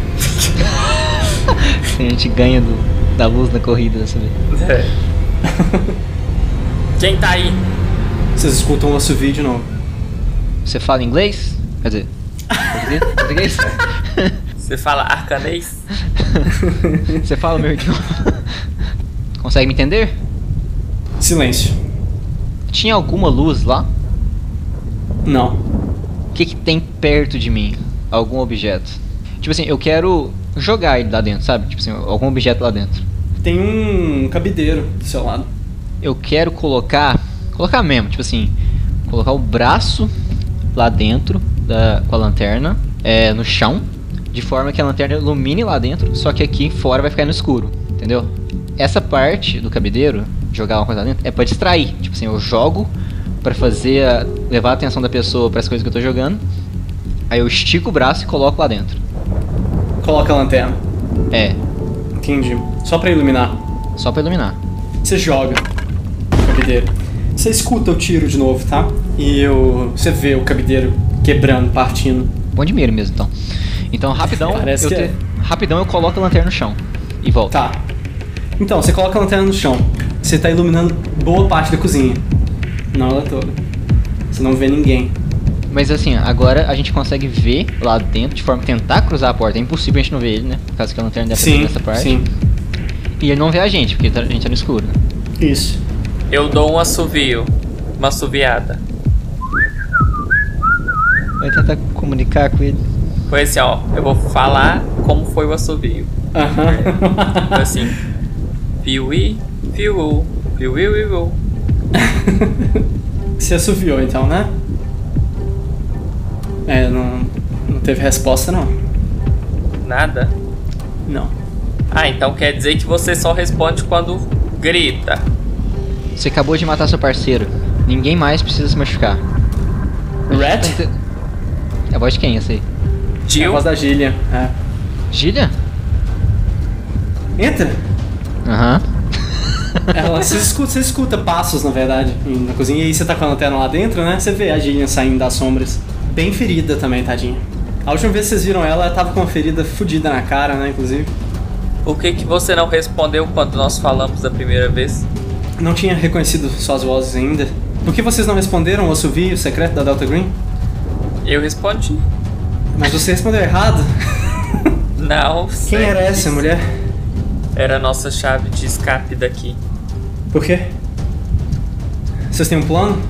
A gente ganha do- da luz na corrida dessa vez. É. [laughs] Quem tá aí? Vocês escutam o nosso vídeo não. Você fala inglês? Quer dizer, [laughs] português? português? Você fala arcanês? Você fala o meu idioma? [laughs] Consegue me entender? Silêncio. Tinha alguma luz lá? Não. O que, que tem perto de mim? Algum objeto? Tipo assim, eu quero jogar ele lá dentro, sabe? Tipo assim, algum objeto lá dentro. Tem um cabideiro do seu lado. Eu quero colocar. Colocar mesmo, tipo assim. Colocar o braço lá dentro da, com a lanterna é, no chão. De forma que a lanterna ilumine lá dentro. Só que aqui fora vai ficar no escuro. Entendeu? Essa parte do cabideiro, jogar uma coisa lá dentro, é pra distrair. Tipo assim, eu jogo pra fazer. a- levar a atenção da pessoa para as coisas que eu tô jogando. Aí eu estico o braço e coloco lá dentro. Coloca a lanterna. É, Entendi. Só pra iluminar. só pra iluminar. Você joga o cabideiro. Você escuta o tiro de novo, tá? E eu, você vê o cabideiro quebrando, partindo. Bom de mira mesmo, então. Então, rapidão, [laughs] Parece eu que é. rapidão eu coloco a lanterna no chão e volto. Tá. Então, você coloca a lanterna no chão. Você tá iluminando boa parte da cozinha. Não ela toda. Você não vê ninguém. Mas assim, agora a gente consegue ver lá dentro de forma tentar cruzar a porta. É impossível a gente não ver ele, né? Por causa que a lanterna deve sim, nessa parte. sim. E ele não vê a gente, porque tá- a gente tá no escuro. né? Isso. Eu dou um assovio. Uma assoviada. Vai tentar comunicar com ele. Foi assim, ó. Eu vou falar como foi o assovio. Foi Aham. assim. Piuí, piu, piuí, piu. [laughs] Você assoviou então, né? É, não, não teve resposta não. Nada. Não. Ah, então quer dizer que você só responde quando grita. Você acabou de matar seu parceiro. Ninguém mais precisa se machucar. tá Rat? É a voz de quem essa aí? É a Jill, voz da Gília. É. Gília? Entra! Aham. Ela, você, escuta, você escuta passos, na verdade, em- na cozinha. E aí você tá com a lanterna lá dentro, né? Você vê a Gillian saindo das sombras. Bem ferida também, tadinha. A última vez que vocês viram ela, ela tava com uma ferida fodida na cara, né? Inclusive. o que que você não respondeu quando nós falamos da primeira vez? Não tinha reconhecido suas vozes ainda. Por que vocês não responderam o assovio secreto da Delta Green? Eu respondi. Mas você respondeu errado. Não. Quem sei. era essa mulher? Era a nossa chave de escape daqui. Por quê? Vocês têm um plano?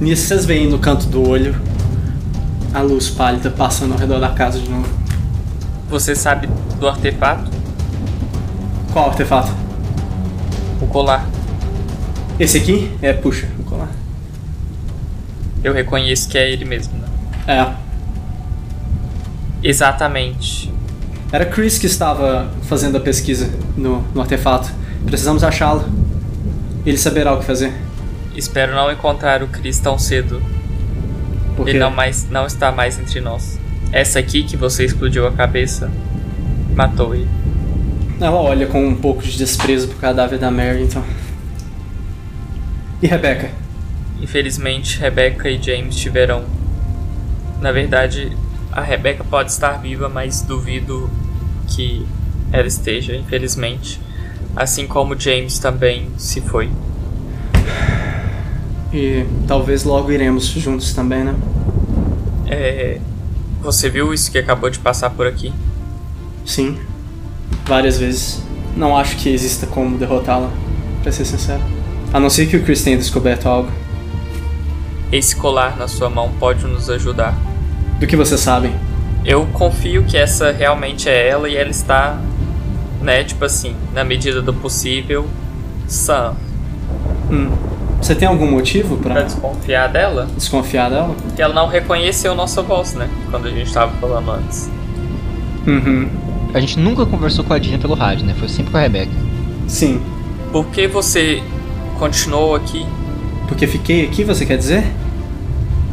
Nisso vocês veem no canto do olho a luz pálida passando ao redor da casa de novo. Você sabe do artefato? Qual artefato? O colar. Esse aqui? É, puxa, vou colar. Eu reconheço que é ele mesmo, né? É. Exatamente. Era Chris que estava fazendo a pesquisa no, no artefato. Precisamos achá-lo. Ele saberá o que fazer. Espero não encontrar o Chris tão cedo. Porque Ele não, mais, não está mais entre nós. Essa aqui que você explodiu a cabeça matou ele. ela olha com um pouco de desprezo pro cadáver da Mary, então. E Rebecca? Infelizmente, Rebecca e James tiveram. Na verdade, a Rebecca pode estar viva, mas duvido que ela esteja, infelizmente. Assim como James também se foi. E talvez logo iremos juntos também, né? É, Você viu isso que acabou de passar por aqui? Sim. Várias vezes. Não acho que exista como derrotá-la, pra ser sincero. A não ser que o Chris tenha descoberto algo. Esse colar na sua mão pode nos ajudar. Do que vocês sabem? Eu confio que essa realmente é ela e ela está, né, tipo assim, na medida do possível, sã. Hum. Você tem algum motivo Pra pra desconfiar dela, desconfiar dela? que ela não reconheceu nossa voz, né? Quando a gente tava falando antes. Uhum. a gente nunca conversou com a Dina pelo rádio, né? Foi sempre com a Rebeca. Sim. Por que você continuou aqui? Porque fiquei aqui, você quer dizer?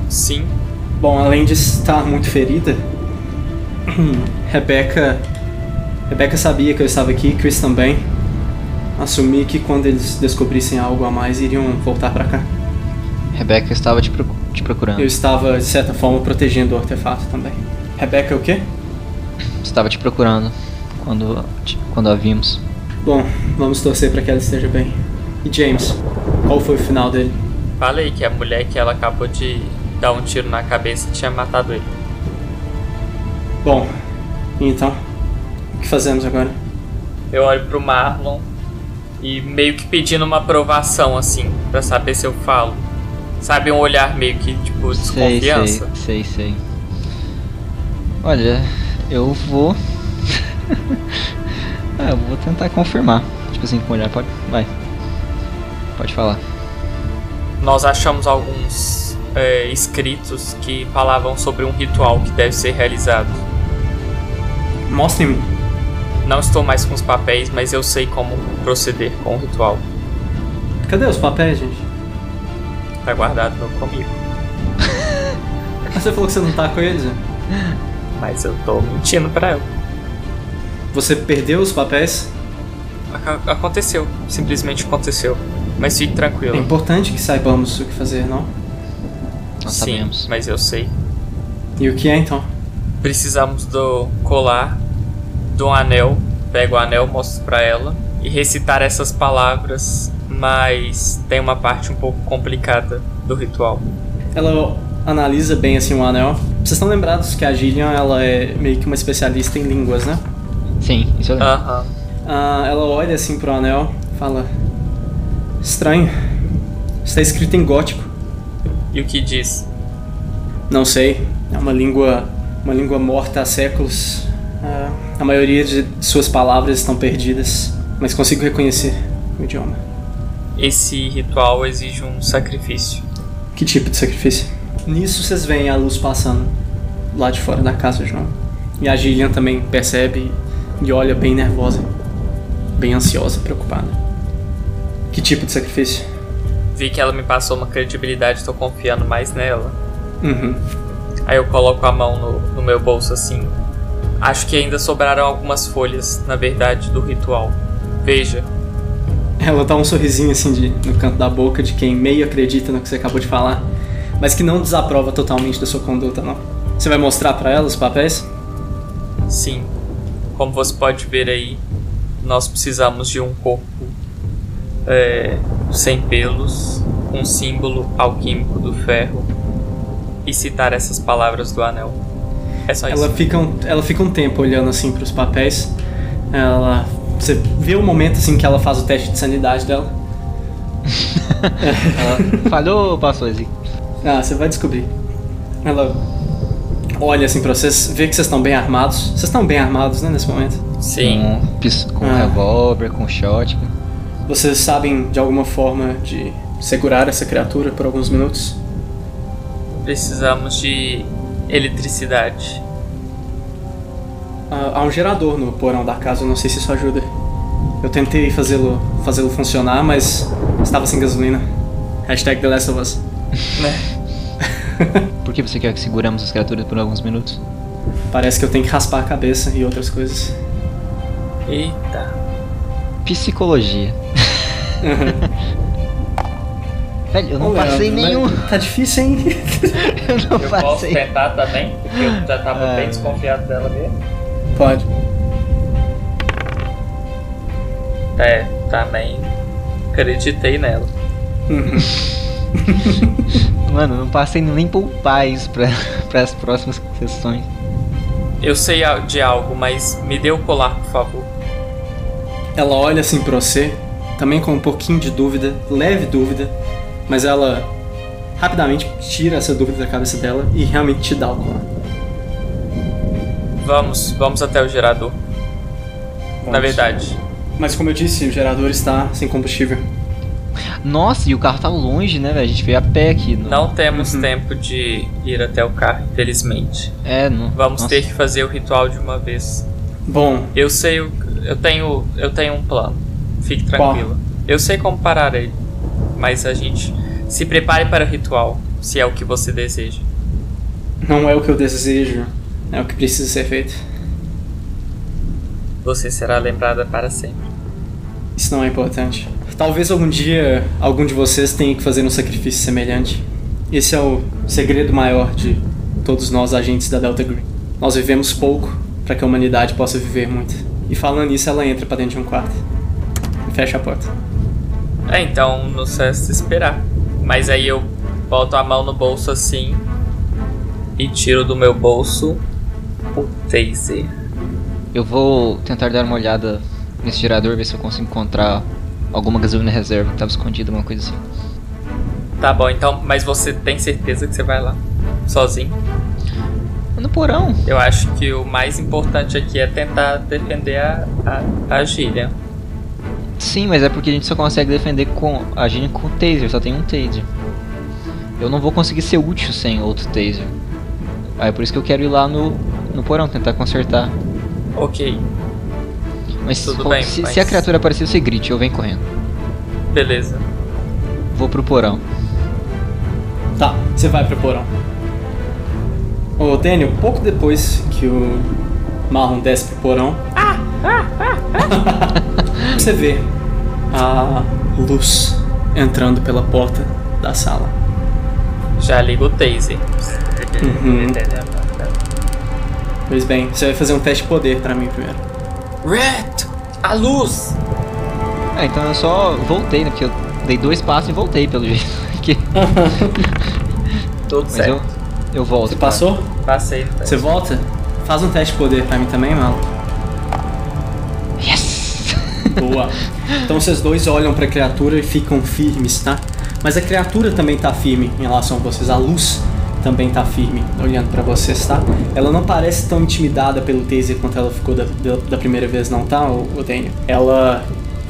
Sim. Bom, além de estar muito ferida, [clears throat] Rebeca. Rebeca sabia que eu estava aqui, Chris também. Assumi que quando eles descobrissem algo a mais, iriam voltar pra cá. Rebeca estava te, procu- te procurando. Eu estava, de certa forma, protegendo o artefato também. Rebeca, o quê? Estava te procurando quando, te- quando a vimos. Bom, vamos torcer pra que ela esteja bem. E James, qual foi o final dele? Falei que a mulher que ela acabou de dar um tiro na cabeça tinha matado ele. Bom, então, o que fazemos agora? Eu olho pro Marlon e meio que pedindo uma aprovação, assim, pra saber se eu falo. Sabe, um olhar meio que, tipo, Sei, sei, desconfiança. sei, sei. Olha, eu vou. [laughs] ah, eu vou tentar confirmar. Tipo assim, com o olhar, pode. Vai. Pode falar. Nós achamos alguns é, escritos que falavam sobre um ritual que deve ser realizado. Mostrem-me. Não estou mais com os papéis, mas eu sei como proceder com o ritual. Cadê os papéis, gente? Tá guardado no comigo. Você falou que você não tá com eles? né? Mas eu tô mentindo pra ela. Você perdeu os papéis? Ac- Aconteceu. Simplesmente aconteceu. Mas fique É tranquilo. importante que saibamos o que fazer, não? Nós Sim, sabemos. mas eu sei. E o que é então? Precisamos do colar, de um anel. Pego o anel, mostro pra ela. E recitar essas palavras. Mas tem uma parte um pouco complicada do ritual. Ela analisa bem assim o anel. Vocês estão lembrados que a Gillian ela é meio que uma especialista em línguas, né? Sim, isso eu lembro. Aham. Ah, ela olha assim pro anel, fala: Estranho. Está escrito em gótico. E o que diz? Não sei. É uma língua, uma língua morta há séculos. Ah, a maioria de suas palavras estão perdidas, mas consigo reconhecer o idioma. Esse ritual exige um sacrifício. Que tipo de sacrifício? Nisso vocês veem a luz passando lá de fora da casa, João. E a Gillian também percebe e olha bem nervosa, bem ansiosa, preocupada. Que tipo de sacrifício? Vi que ela me passou uma credibilidade, tô confiando mais nela. Uhum. Aí eu coloco a mão no, no meu bolso assim. Acho que ainda sobraram algumas folhas, na verdade, do ritual. Veja, Ela dá um sorrisinho assim de, no canto da boca de quem meio acredita no que você acabou de falar, mas que não desaprova totalmente da sua conduta, não. Você vai mostrar pra ela os papéis? sim, como você pode ver aí, nós precisamos de um corpo é, sem pelos, um símbolo alquímico do ferro e citar essas palavras do anel. É só Ela isso. fica, um, ela fica um tempo olhando assim pros papéis. Ela. Você vê o momento assim que ela faz o teste de sanidade dela. Ela [laughs] falhou, passou assim. [laughs] Ah, você vai descobrir. Ela olha assim pra vocês, vê que vocês estão bem armados. Vocês estão bem armados, né, nesse momento? Sim. Com, pis- com Ah. revólver, com shotgun. Vocês sabem de alguma forma de segurar essa criatura por alguns minutos? Precisamos de eletricidade. Ah, há um gerador no porão da casa, eu não sei se isso ajuda. Eu tentei fazê-lo fazê-lo funcionar, mas estava sem gasolina. Hashtag The Last of Us. [laughs] Né? Por que você quer que seguramos as criaturas por alguns minutos? Parece que eu tenho que raspar a cabeça e outras coisas. Eita. Psicologia. [laughs] Velho, eu não Olha, passei Uhum. mas nenhum. [laughs] Tá difícil, hein? [laughs] Eu não Eu posso passei. tentar também, porque eu já tava Ah. bem desconfiado dela mesmo. Pode. É, também acreditei nela. Uhum. Mano, eu não passei nem por paz pra, [laughs] pras próximas sessões. Eu sei al- de algo, mas me dê o colar, por favor. Ela olha assim pra você, também com um pouquinho de dúvida, leve dúvida, mas ela rapidamente tira essa dúvida da cabeça dela e realmente te dá o colar. Vamos, vamos até o gerador. Na Vamos. verdade, Mas como eu disse, o gerador está sem combustível. Nossa, e o carro tá longe, né, velho? A gente veio a pé aqui. no- não temos Uhum. tempo de ir até o carro, infelizmente. É, não. Vamos nossa. ter que fazer o ritual de uma vez. Bom, Eu sei o. Eu tenho. Eu tenho um plano. Fique Qual? tranquilo. Eu sei como parar ele. Mas a gente. Se prepare para o ritual, se é o que você deseja. não é o que eu desejo, é o que precisa ser feito. Você será lembrada para sempre. Isso não é importante. Talvez algum dia algum de vocês tenha que fazer um sacrifício semelhante. Esse é o segredo maior de todos nós agentes da Delta Green. Nós vivemos pouco para que a humanidade possa viver muito. E falando isso, ela entra para dentro de um quarto. E fecha a porta. É, então não cessa esperar. Mas aí eu boto a mão no bolso assim e tiro do meu bolso o taser. Eu vou tentar dar uma olhada nesse gerador, ver se eu consigo encontrar alguma gasolina reserva que tava escondida, alguma coisa assim. Tá bom, então, mas você tem certeza que você vai lá? Sozinho? No porão. Eu acho que o mais importante aqui é tentar defender a, a, a gíria. Sim, mas é porque a gente só consegue defender com a gente com o taser, só tem um taser. Eu não vou conseguir ser útil sem outro taser. Aí é por isso que eu quero ir lá no, no porão tentar consertar. Ok, Mas, Tudo pô, bem, se, mas- se a criatura aparecer, você grite, eu venho correndo. beleza. Vou pro porão. Tá, você vai pro porão. Ô, Daniel, pouco depois que o Marlon desce pro porão. [laughs] você vê a luz entrando pela porta da sala. Já ligo o taser. Uhum. Pois bem, você vai fazer um teste de poder pra mim primeiro. Red! A luz! Ah, então eu só voltei, né? Porque eu dei dois passos e voltei, pelo jeito. [laughs] Que- Tudo mas eu, certo. eu volto. Você passou? Passei. tá? Você volta? Faz um teste de poder pra mim também, Marlon. Yes! Boa. Então vocês dois olham pra criatura e ficam firmes, tá? Mas a criatura também tá firme em relação a vocês. A luz também tá firme olhando pra vocês, tá? Ela não parece tão intimidada pelo taser quanto ela ficou da, da, da primeira vez, não, tá, ô, ô Daniel? Ela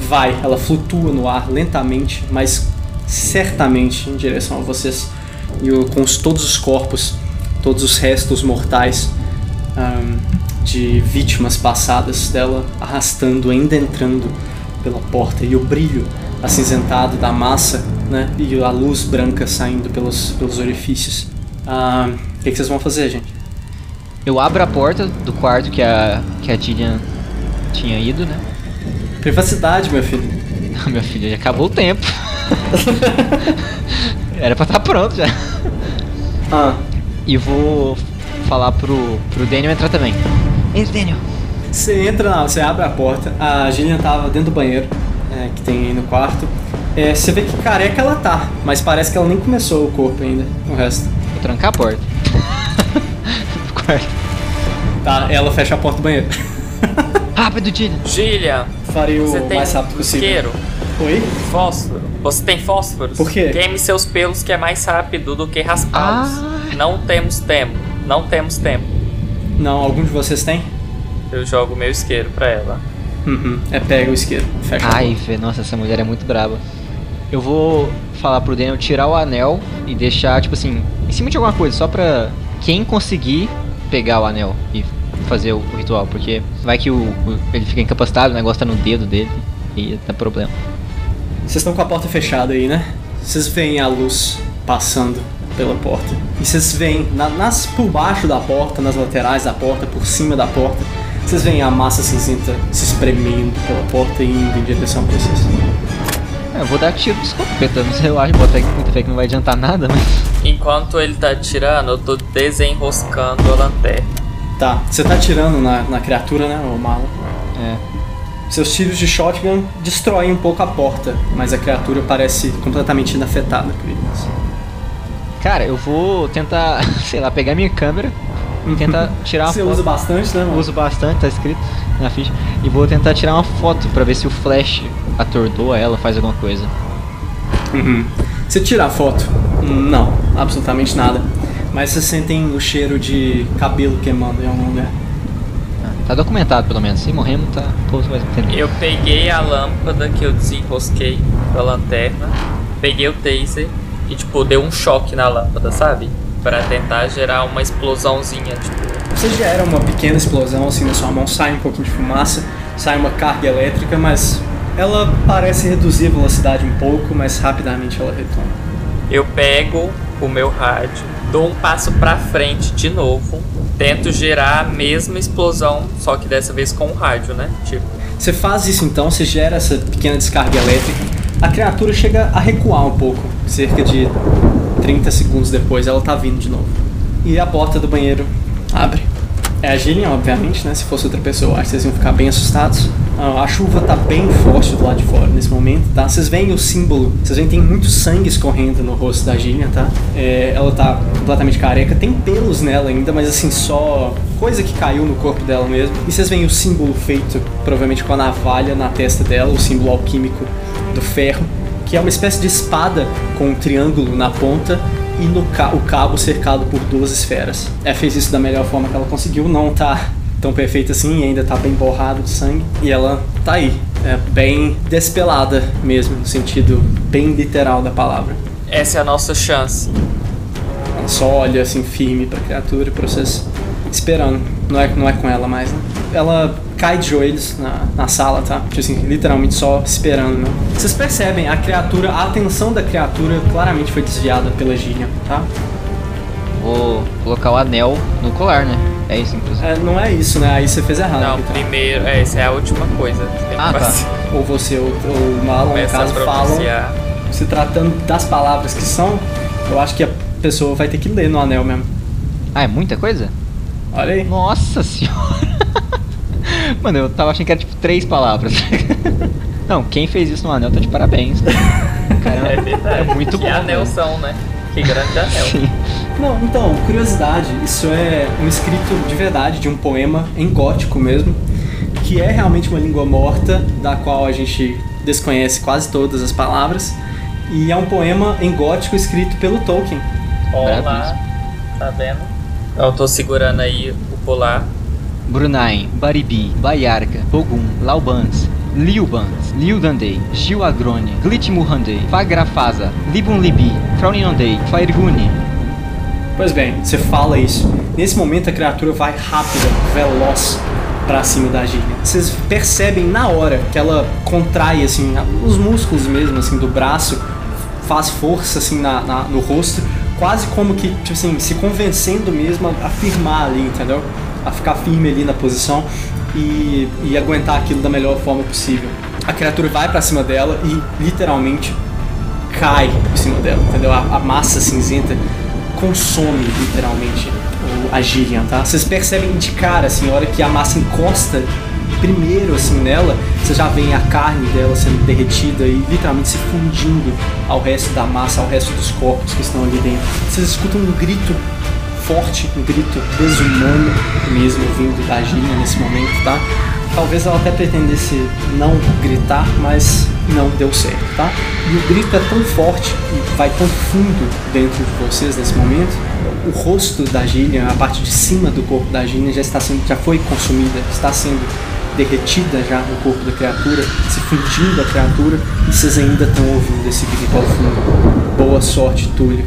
vai, ela flutua no ar lentamente, mas certamente em direção a vocês. E o- com os- todos os corpos, todos os restos mortais ahn, de vítimas passadas dela arrastando, ainda entrando pela porta e o brilho acinzentado da massa, né? E a luz branca saindo pelos, pelos orifícios. Ahn, O que, que vocês vão fazer, gente? Eu abro a porta do quarto que a, que a Jillian tinha ido, né? [laughs] Privacidade, meu filho. Meu filho, já acabou o tempo. [laughs] Era pra estar pronto já. Ah, E vou falar pro, pro Daniel entrar também. Entra, Daniel. Você entra, na- você abre a porta. A Gillian tava dentro do banheiro é, que tem aí no quarto. É, você vê que careca ela tá, mas parece que ela nem começou o corpo ainda, o resto. Vou trancar a porta. [laughs] do quarto. Tá, ela fecha a porta do banheiro. [laughs] Rápido, Jillian. Gília, Farei você o tem mais rápido possível. isqueiro, Oi? fósforo. Você tem fósforos? Por quê? Queime seus pelos que é mais rápido do que raspá-los. Ah. Não temos tempo. Não temos tempo. Não, algum de vocês tem? Eu jogo meu isqueiro pra ela. Uhum. É, pega o isqueiro. Fecha a Ai, porta. velho, nossa, essa mulher é muito braba. Eu vou falar pro Daniel tirar o anel e deixar, tipo assim, em cima de alguma coisa, só pra quem conseguir pegar o anel e fazer o, o ritual, porque vai que o, o- ele fica incapacitado, o negócio tá no dedo dele e dá problema. Vocês estão com a porta fechada aí, né? Vocês veem a luz passando pela porta. E vocês veem na- nas, por baixo da porta, nas laterais da porta, por cima da porta. Vocês veem a massa cinzenta se espremendo pela porta e indo em direção a vocês. É, eu vou dar tiro de escopeta, [laughs] não sei, eu acho, botar muita fé que não vai adiantar nada, mas. Enquanto ele tá atirando, eu tô desenroscando a lanterna. Tá, você tá atirando na, na criatura, né, ô Marlon? É. Seus tiros de shotgun destroem um pouco a porta, mas a criatura parece completamente inafetada por eles. Cara, eu vou tentar, [laughs] sei lá, pegar minha câmera e tentar tirar uma Você foto. usa bastante, né, Eu Marlon? uso bastante, tá escrito na ficha. E vou tentar tirar uma foto pra ver se o flash atordoa ela, faz alguma coisa. Uhum. Você tira a foto? Não, absolutamente nada. Mas vocês sentem o cheiro de cabelo queimando em algum lugar. Tá documentado pelo menos. Se morremos, tá. O povo vai entender. Eu peguei a lâmpada que eu desenrosquei da lanterna, peguei o taser e, tipo, deu um choque na lâmpada, sabe? Pra tentar gerar uma explosãozinha, tipo. Você gera uma pequena explosão assim na sua mão, sai um pouquinho de fumaça, sai uma carga elétrica, mas ela parece reduzir a velocidade um pouco, mas rapidamente ela retoma. Eu pego o meu rádio, dou um passo pra frente de novo, tento gerar a mesma explosão, só que dessa vez com o rádio, né? Tipo, Você faz isso então, você gera essa pequena descarga elétrica, a criatura chega a recuar um pouco, cerca de 30 segundos depois ela tá vindo de novo. E a porta do banheiro abre. É a Gillian, obviamente, né? Se fosse outra pessoa, eu acho que vocês iam ficar bem assustados. Ah, A chuva tá bem forte do lado de fora nesse momento, tá? Vocês veem o símbolo, vocês veem que tem muito sangue escorrendo no rosto da Gillian, tá? É, ela tá completamente careca, tem pelos nela ainda, mas assim, só coisa que caiu no corpo dela mesmo. E vocês veem o símbolo feito, provavelmente com a navalha na testa dela, o símbolo alquímico do ferro, que é uma espécie de espada com um triângulo na ponta e no ca- o cabo cercado por duas esferas. Ela fez isso da melhor forma que ela conseguiu, não tá tão perfeita assim, ainda tá bem borrado de sangue. E ela tá aí, é bem despelada mesmo, no sentido bem literal da palavra. essa é a nossa chance. Ela só olha assim firme pra criatura, pra vocês esperando. Não é, não é com ela mais, né? Ela cai de joelhos na, na sala, tá? Tipo assim, literalmente só esperando, né? Vocês percebem, a criatura, a atenção da criatura claramente foi desviada pela Gillian, tá? Vou colocar o anel no colar, né? É isso, inclusive. É, não é isso, né? Aí você fez errado. Não, Vitor. primeiro. É, essa é a última coisa. que tem que Ah, [laughs] tá. fazer. Ou você ou, ou o Malon, no Começa a caso, falam, pronunciar. se tratando das palavras que são, eu acho que a pessoa vai ter que ler no anel mesmo. Ah, é muita coisa? Olha aí. Nossa [laughs] senhora! Mano, eu tava achando que era tipo três palavras. [laughs] Não, quem fez isso no anel tá [laughs] de parabéns. Caramba, É verdade. muito que bom, anel né? são, né? Que grande anel. Sim. Não, então, curiosidade, isso é um escrito de verdade, de um poema em gótico mesmo, que é realmente uma língua morta, da qual a gente desconhece quase todas as palavras, e é um poema em gótico escrito pelo Tolkien. Olá, Parabéns. tá vendo? Eu tô segurando aí o colar. Brunei, Baribi, Baiarca, Bogum, Laubans, Liubans, Liudandei, Gilagrone, Glitmurhandei, Fagrafaza, Libunlibi, Frauninandei, Fairguni. Pois bem, você fala isso. Nesse momento a criatura vai rápida, veloz pra cima da Gillian. Vocês percebem na hora que ela contrai assim a- os músculos mesmo assim do braço, faz força assim na, na- no rosto, quase como que tipo assim se convencendo mesmo a, a firmar ali, entendeu? A ficar firme ali na posição e, e aguentar aquilo da melhor forma possível. A criatura vai pra cima dela e literalmente cai em cima dela, entendeu? A, a massa cinzenta consome literalmente o- a Gillian, tá? Vocês percebem de cara, assim, a hora que a massa encosta primeiro, assim, nela, você já vê a carne dela sendo derretida e literalmente se fundindo ao resto da massa, ao resto dos corpos que estão ali dentro. Vocês escutam um grito forte, um grito desumano mesmo vindo da Gina nesse momento, tá? Talvez ela até pretendesse não gritar, mas não deu certo, tá? E o grito é tão forte e vai tão fundo dentro de vocês nesse momento. O rosto da Gillian, a parte de cima do corpo da Gillian já está sendo, já foi consumida, está sendo derretida já no corpo da criatura, se fundindo a criatura, e vocês ainda estão ouvindo esse grito ao fundo. Boa sorte, Túlio.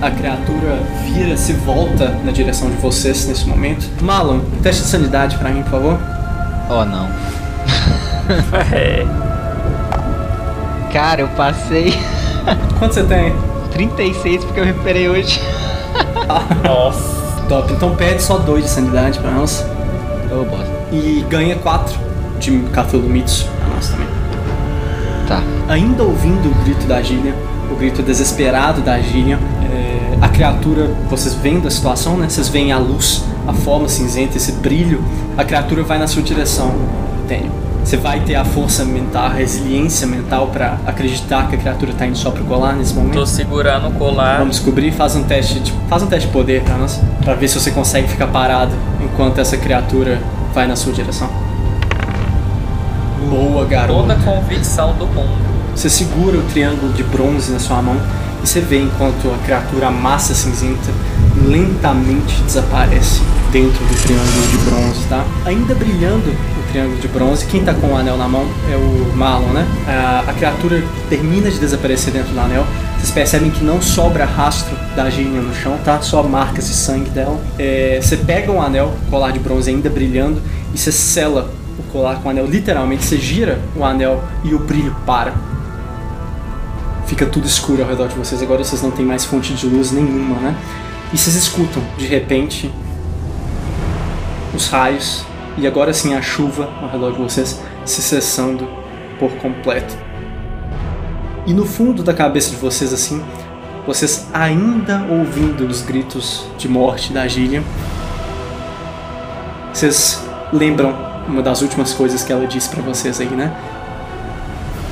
A criatura vira, se volta na direção de vocês nesse momento. Malon, teste de sanidade pra mim, por favor. Oh não. É. Cara, eu passei [laughs] Quanto você tem? 36 porque eu recuperei hoje. Nossa. Top. Então perde só dois de sanidade pra nós. Ô bosta. E ganha quatro de Cthulhu Mitsu pra nós também. Tá. Ainda ouvindo o grito da Gillian, o grito desesperado da Gillian, é, a criatura, vocês vendo a situação, né? Vocês veem a luz, a forma cinzenta, esse brilho, a criatura vai na sua direção, Daniel. Você vai ter a força mental, a resiliência mental pra acreditar que a criatura tá indo só pro colar nesse momento? Tô segurando o colar. Vamos descobrir, faz um teste, de, faz um teste de poder pra nós, pra ver se você consegue ficar parado enquanto essa criatura vai na sua direção. Boa, garoto. Toda a convicção do mundo. Você segura o triângulo de bronze na sua mão e você vê enquanto a criatura a massa cinzenta lentamente desaparece dentro do triângulo de bronze, tá? Ainda brilhando o triângulo de bronze. Quem tá com o anel na mão é o Marlon, né? A, a criatura termina de desaparecer dentro do anel. Vocês percebem que não sobra rastro da Gina no chão, tá? Só marcas de sangue dela. É, você pega um anel, colar de bronze ainda brilhando, e você sela o colar com o anel. Literalmente, você gira o anel e o brilho para. Fica tudo escuro ao redor de vocês. Agora vocês não têm mais fonte de luz nenhuma, né? E vocês escutam, de repente, os raios e agora sim a chuva ao redor de vocês se cessando por completo. E no fundo da cabeça de vocês assim, vocês ainda ouvindo os gritos de morte da Gillian, vocês lembram uma das últimas coisas que ela disse pra vocês aí, né?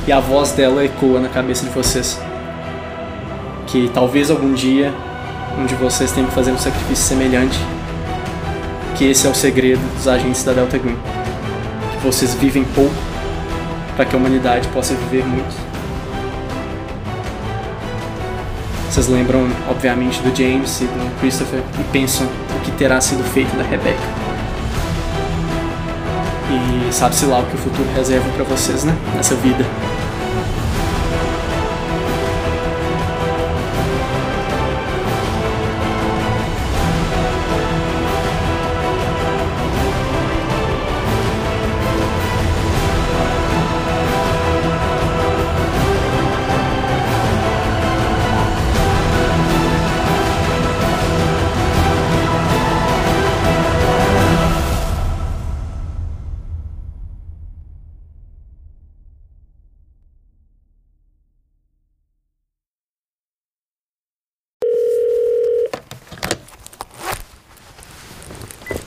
E a voz dela ecoa na cabeça de vocês que talvez algum dia um de vocês tenha que fazer um sacrifício semelhante que esse é o segredo dos agentes da Delta Green. Que vocês vivem pouco para que a humanidade possa viver muito. Vocês lembram, obviamente, do James e do Christopher e pensam o que terá sido feito da Rebecca. E sabe-se lá o que o futuro reserva para vocês, né? Nessa vida.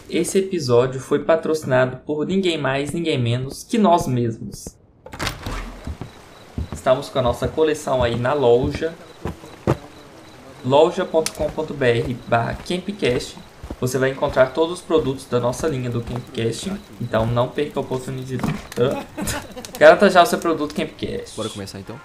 Esse episódio foi patrocinado por ninguém mais, ninguém menos que nós mesmos. Estamos com a nossa coleção aí na loja. loja.com.br barra Campcast. Você vai encontrar todos os produtos da nossa linha do Campcast. Então não perca a oportunidade. Hã? Garanta já o seu produto Campcast. Bora começar então?